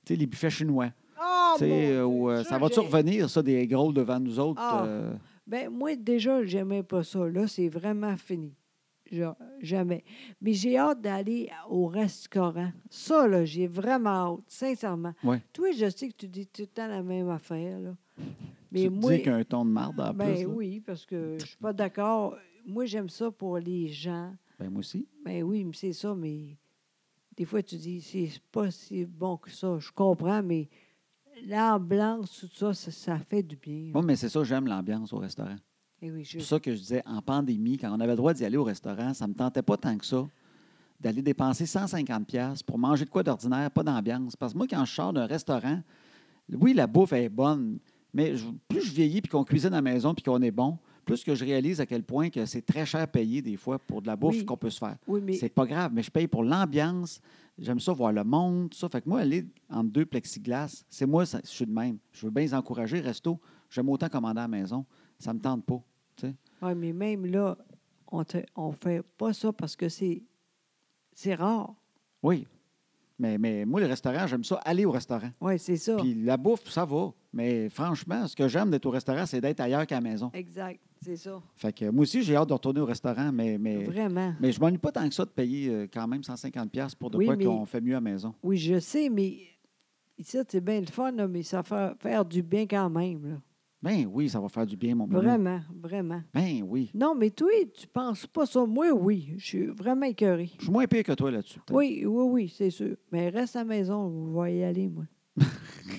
tu sais, les buffets chinois,
Ah,
tu sais,
mon Dieu,
euh, ou, euh, ça va-tu
j'ai-
revenir, ça, des gros devant nous autres?
Ah.
euh,
Ben, moi, déjà, j'aimais pas ça. Là, c'est vraiment fini. Genre, jamais. Mais j'ai hâte d'aller au restaurant. Ça, là, j'ai vraiment hâte, sincèrement.
Ouais.
Toi, je sais que tu dis tout le temps la même affaire, là. Mais
tu te
moi,
dis qu'un ton de marde en
ben
plus. là.
oui, parce que je suis pas d'accord. Moi, j'aime ça pour les gens.
Ben, moi aussi.
Ben oui, mais c'est ça, mais des fois, tu dis, c'est pas si bon que ça. Je comprends, mais l'ambiance, tout ça, ça, ça fait du bien.
Moi, mais c'est ça, j'aime l'ambiance au restaurant.
Eh oui, je-
C'est pour ça que je disais, en pandémie, quand on avait le droit d'y aller au restaurant, ça me tentait pas tant que ça d'aller dépenser 150 pièces pour manger de quoi d'ordinaire, pas d'ambiance. Parce que moi, quand je sors d'un restaurant, oui, la bouffe elle est bonne, mais je- plus je vieillis puis qu'on cuisine à la maison puis qu'on est bon, plus que je réalise à quel point que c'est très cher payé des fois pour de la bouffe
Oui.
qu'on peut se faire.
Oui, mais
C'est pas grave, mais je paye pour l'ambiance. J'aime ça voir le monde, tout ça. Fait que moi, aller entre deux plexiglas, c'est moi, ça- je suis de même. Je veux bien les encourager, resto. J'aime autant commander à la maison. Ça me tente pas.
Ouais, mais même là, on ne fait pas ça parce que c'est c'est rare.
Oui. Mais, mais moi, le restaurant, j'aime ça aller au restaurant.
Oui, c'est ça.
Puis la bouffe, ça va. Mais franchement, ce que j'aime d'être au restaurant, c'est d'être ailleurs qu'à la maison.
Exact, c'est ça.
Fait que moi aussi, j'ai hâte de retourner au restaurant, mais, mais,
Vraiment.
mais je m'ennuie pas tant que ça de payer euh, quand même 150$ pour de
Oui,
quoi
mais-
qu'on fait mieux à la maison.
Oui, je sais, mais ça, c'est bien le fun, là, mais ça fait faire du bien quand même. là.
Ben oui, ça va faire du bien, mon minou.
Vraiment, vraiment.
Ben oui.
Non, mais toi, tu penses pas ça. Moi, oui. Je suis vraiment écœurée.
Je suis moins pire que toi là-dessus. peut-être.
Oui, oui, oui, c'est sûr. Mais reste à la maison, je vais y aller,
(laughs)
moi.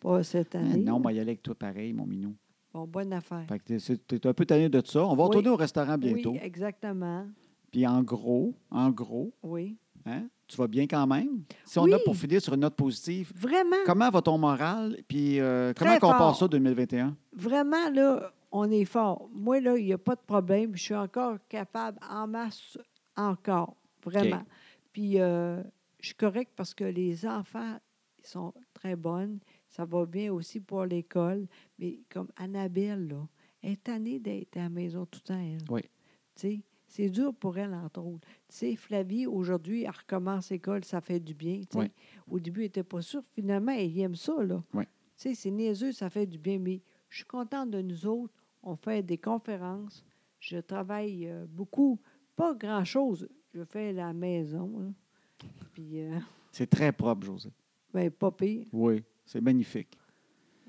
pas cette
Ah
année.
non, moi, y aller avec toi pareil, mon minou.
Bon, bonne affaire.
Fait que t'es- c'est- t'es un peu tanné de ça. On va
Oui.
retourner au restaurant bientôt.
Oui, exactement.
Puis en gros, en gros,
Oui.
hein, tu vas bien quand même. Si on
Oui.
a pour finir sur une note positive,
Vraiment.
comment va ton moral? Puis euh,
Très
comment qu'on
fort.
passe ça 2021?
vraiment, là, on est fort. Moi, là, il n'y a pas de problème. Je suis encore capable en masse, encore, vraiment.
OK.
Puis, euh, je suis correcte parce que les enfants ils sont très bonnes. Ça va bien aussi pour l'école. Mais comme Annabelle, là, elle est tannée d'être à la maison tout le temps, elle.
Oui.
Tu sais, c'est dur pour elle, entre autres. Tu sais, Flavie, aujourd'hui, elle recommence l'école, ça fait du bien. tu sais.
Oui.
Au début, elle n'était pas sûre. Finalement, elle aime ça, là.
Oui.
Tu sais, c'est niaiseux, ça fait du bien. Mais je suis contente de nous autres. On fait des conférences. Je travaille euh, beaucoup. Pas grand-chose. Je fais la maison, là. Puis, euh, (laughs)
C'est très propre, José.
ben, pas pire.
Oui. C'est magnifique.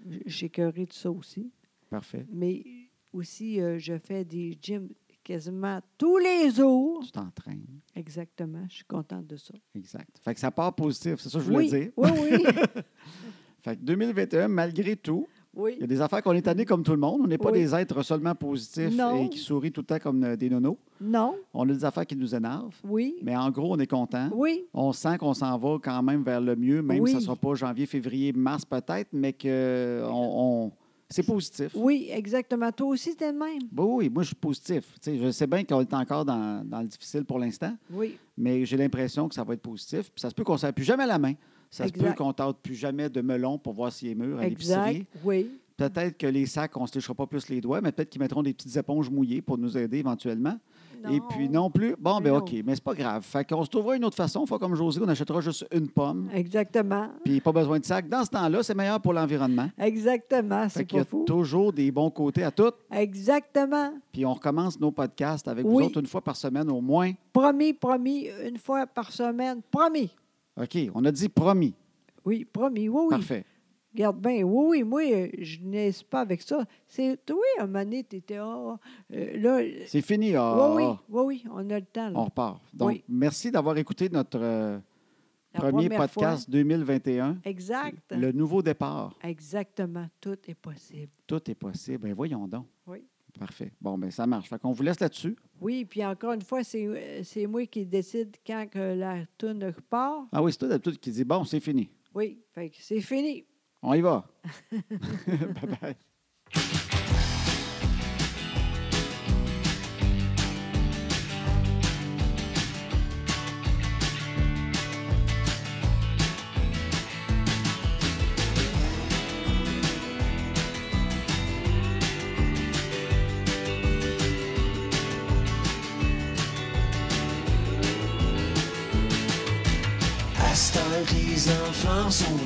J- J'ai curé de ça aussi.
Parfait.
Mais aussi, euh, je fais des gyms quasiment tous les jours.
Tu t'entraînes.
Exactement. Je suis contente de ça.
Exact. Fait que ça part positif, c'est ça que je voulais
oui,
dire.
Oui, oui.
(laughs) Fait que 2021, malgré tout,
oui.
il y a des affaires qu'on est tannés comme tout le monde. On n'est pas
Oui.
des êtres seulement positifs
Non.
et qui sourient tout le temps comme euh, des nonos.
Non,
On a des affaires qui nous énervent,
oui.
mais hein? en gros, on est content.
Oui,
On sent qu'on s'en va quand même vers le mieux, même si ça ne
Oui.
sera pas janvier, février, mars peut-être, mais que on, on- c'est positif.
oui, exactement. Toi aussi, t'es le même.
Bah oui, moi, je suis positif. Tu sais, je sais bien qu'on est encore dans, dans le difficile pour l'instant,
Oui,
mais j'ai l'impression que ça va être positif. Puis ça se peut qu'on ne s'appuie jamais la main. Ça se peut
Exact.
qu'on ne tente plus jamais de melon pour voir s'il est mûr à l'épicerie.
exact. Oui,
Peut-être que les sacs, on ne se léchera pas plus les doigts, mais peut-être qu'ils mettront des petites éponges mouillées pour nous aider éventuellement. Et puis non plus. Bon,
Mais
ben
non.
OK, mais c'est pas grave. Fait qu'on se trouvera une autre façon. Faut comme José, on achètera juste une pomme.
Exactement.
Puis pas besoin de sac. Dans ce temps-là, c'est meilleur pour l'environnement.
Exactement,
Fait
c'est
qu'il y
pas
a
fou.
toujours des bons côtés à tout.
Exactement.
Puis on recommence nos podcasts avec vous
Oui.
autres une fois par semaine au moins.
Promis, promis, une fois par semaine. Promis.
OK, on a dit promis.
Oui, promis, oui, oui.
Parfait.
Regarde bien, oui, oui, moi, euh, je n'aise pas avec ça. C'est toi, à un moment donné, t'étais, ah, euh, là, euh,
C'est fini. Ah,
oui, oui,
ah,
oui, oui, on a le temps, là.
on repart. Donc,
Oui.
merci d'avoir écouté notre euh,
La
premier
première fois.
podcast 2021.
Exact.
Le nouveau départ.
Exactement, tout est possible.
Tout est possible. Ben voyons donc.
Oui.
Parfait. Bon, ben ça marche. Fait qu'on vous laisse là-dessus.
Oui, puis encore une fois, c'est euh, c'est moi qui décide quand que la tourne repart.
Ah oui, c'est toi d'habitude qui dit bon, c'est fini.
Oui, fait que c'est fini.
On y va. (laughs) bye bye.
À ce temps que les enfants sont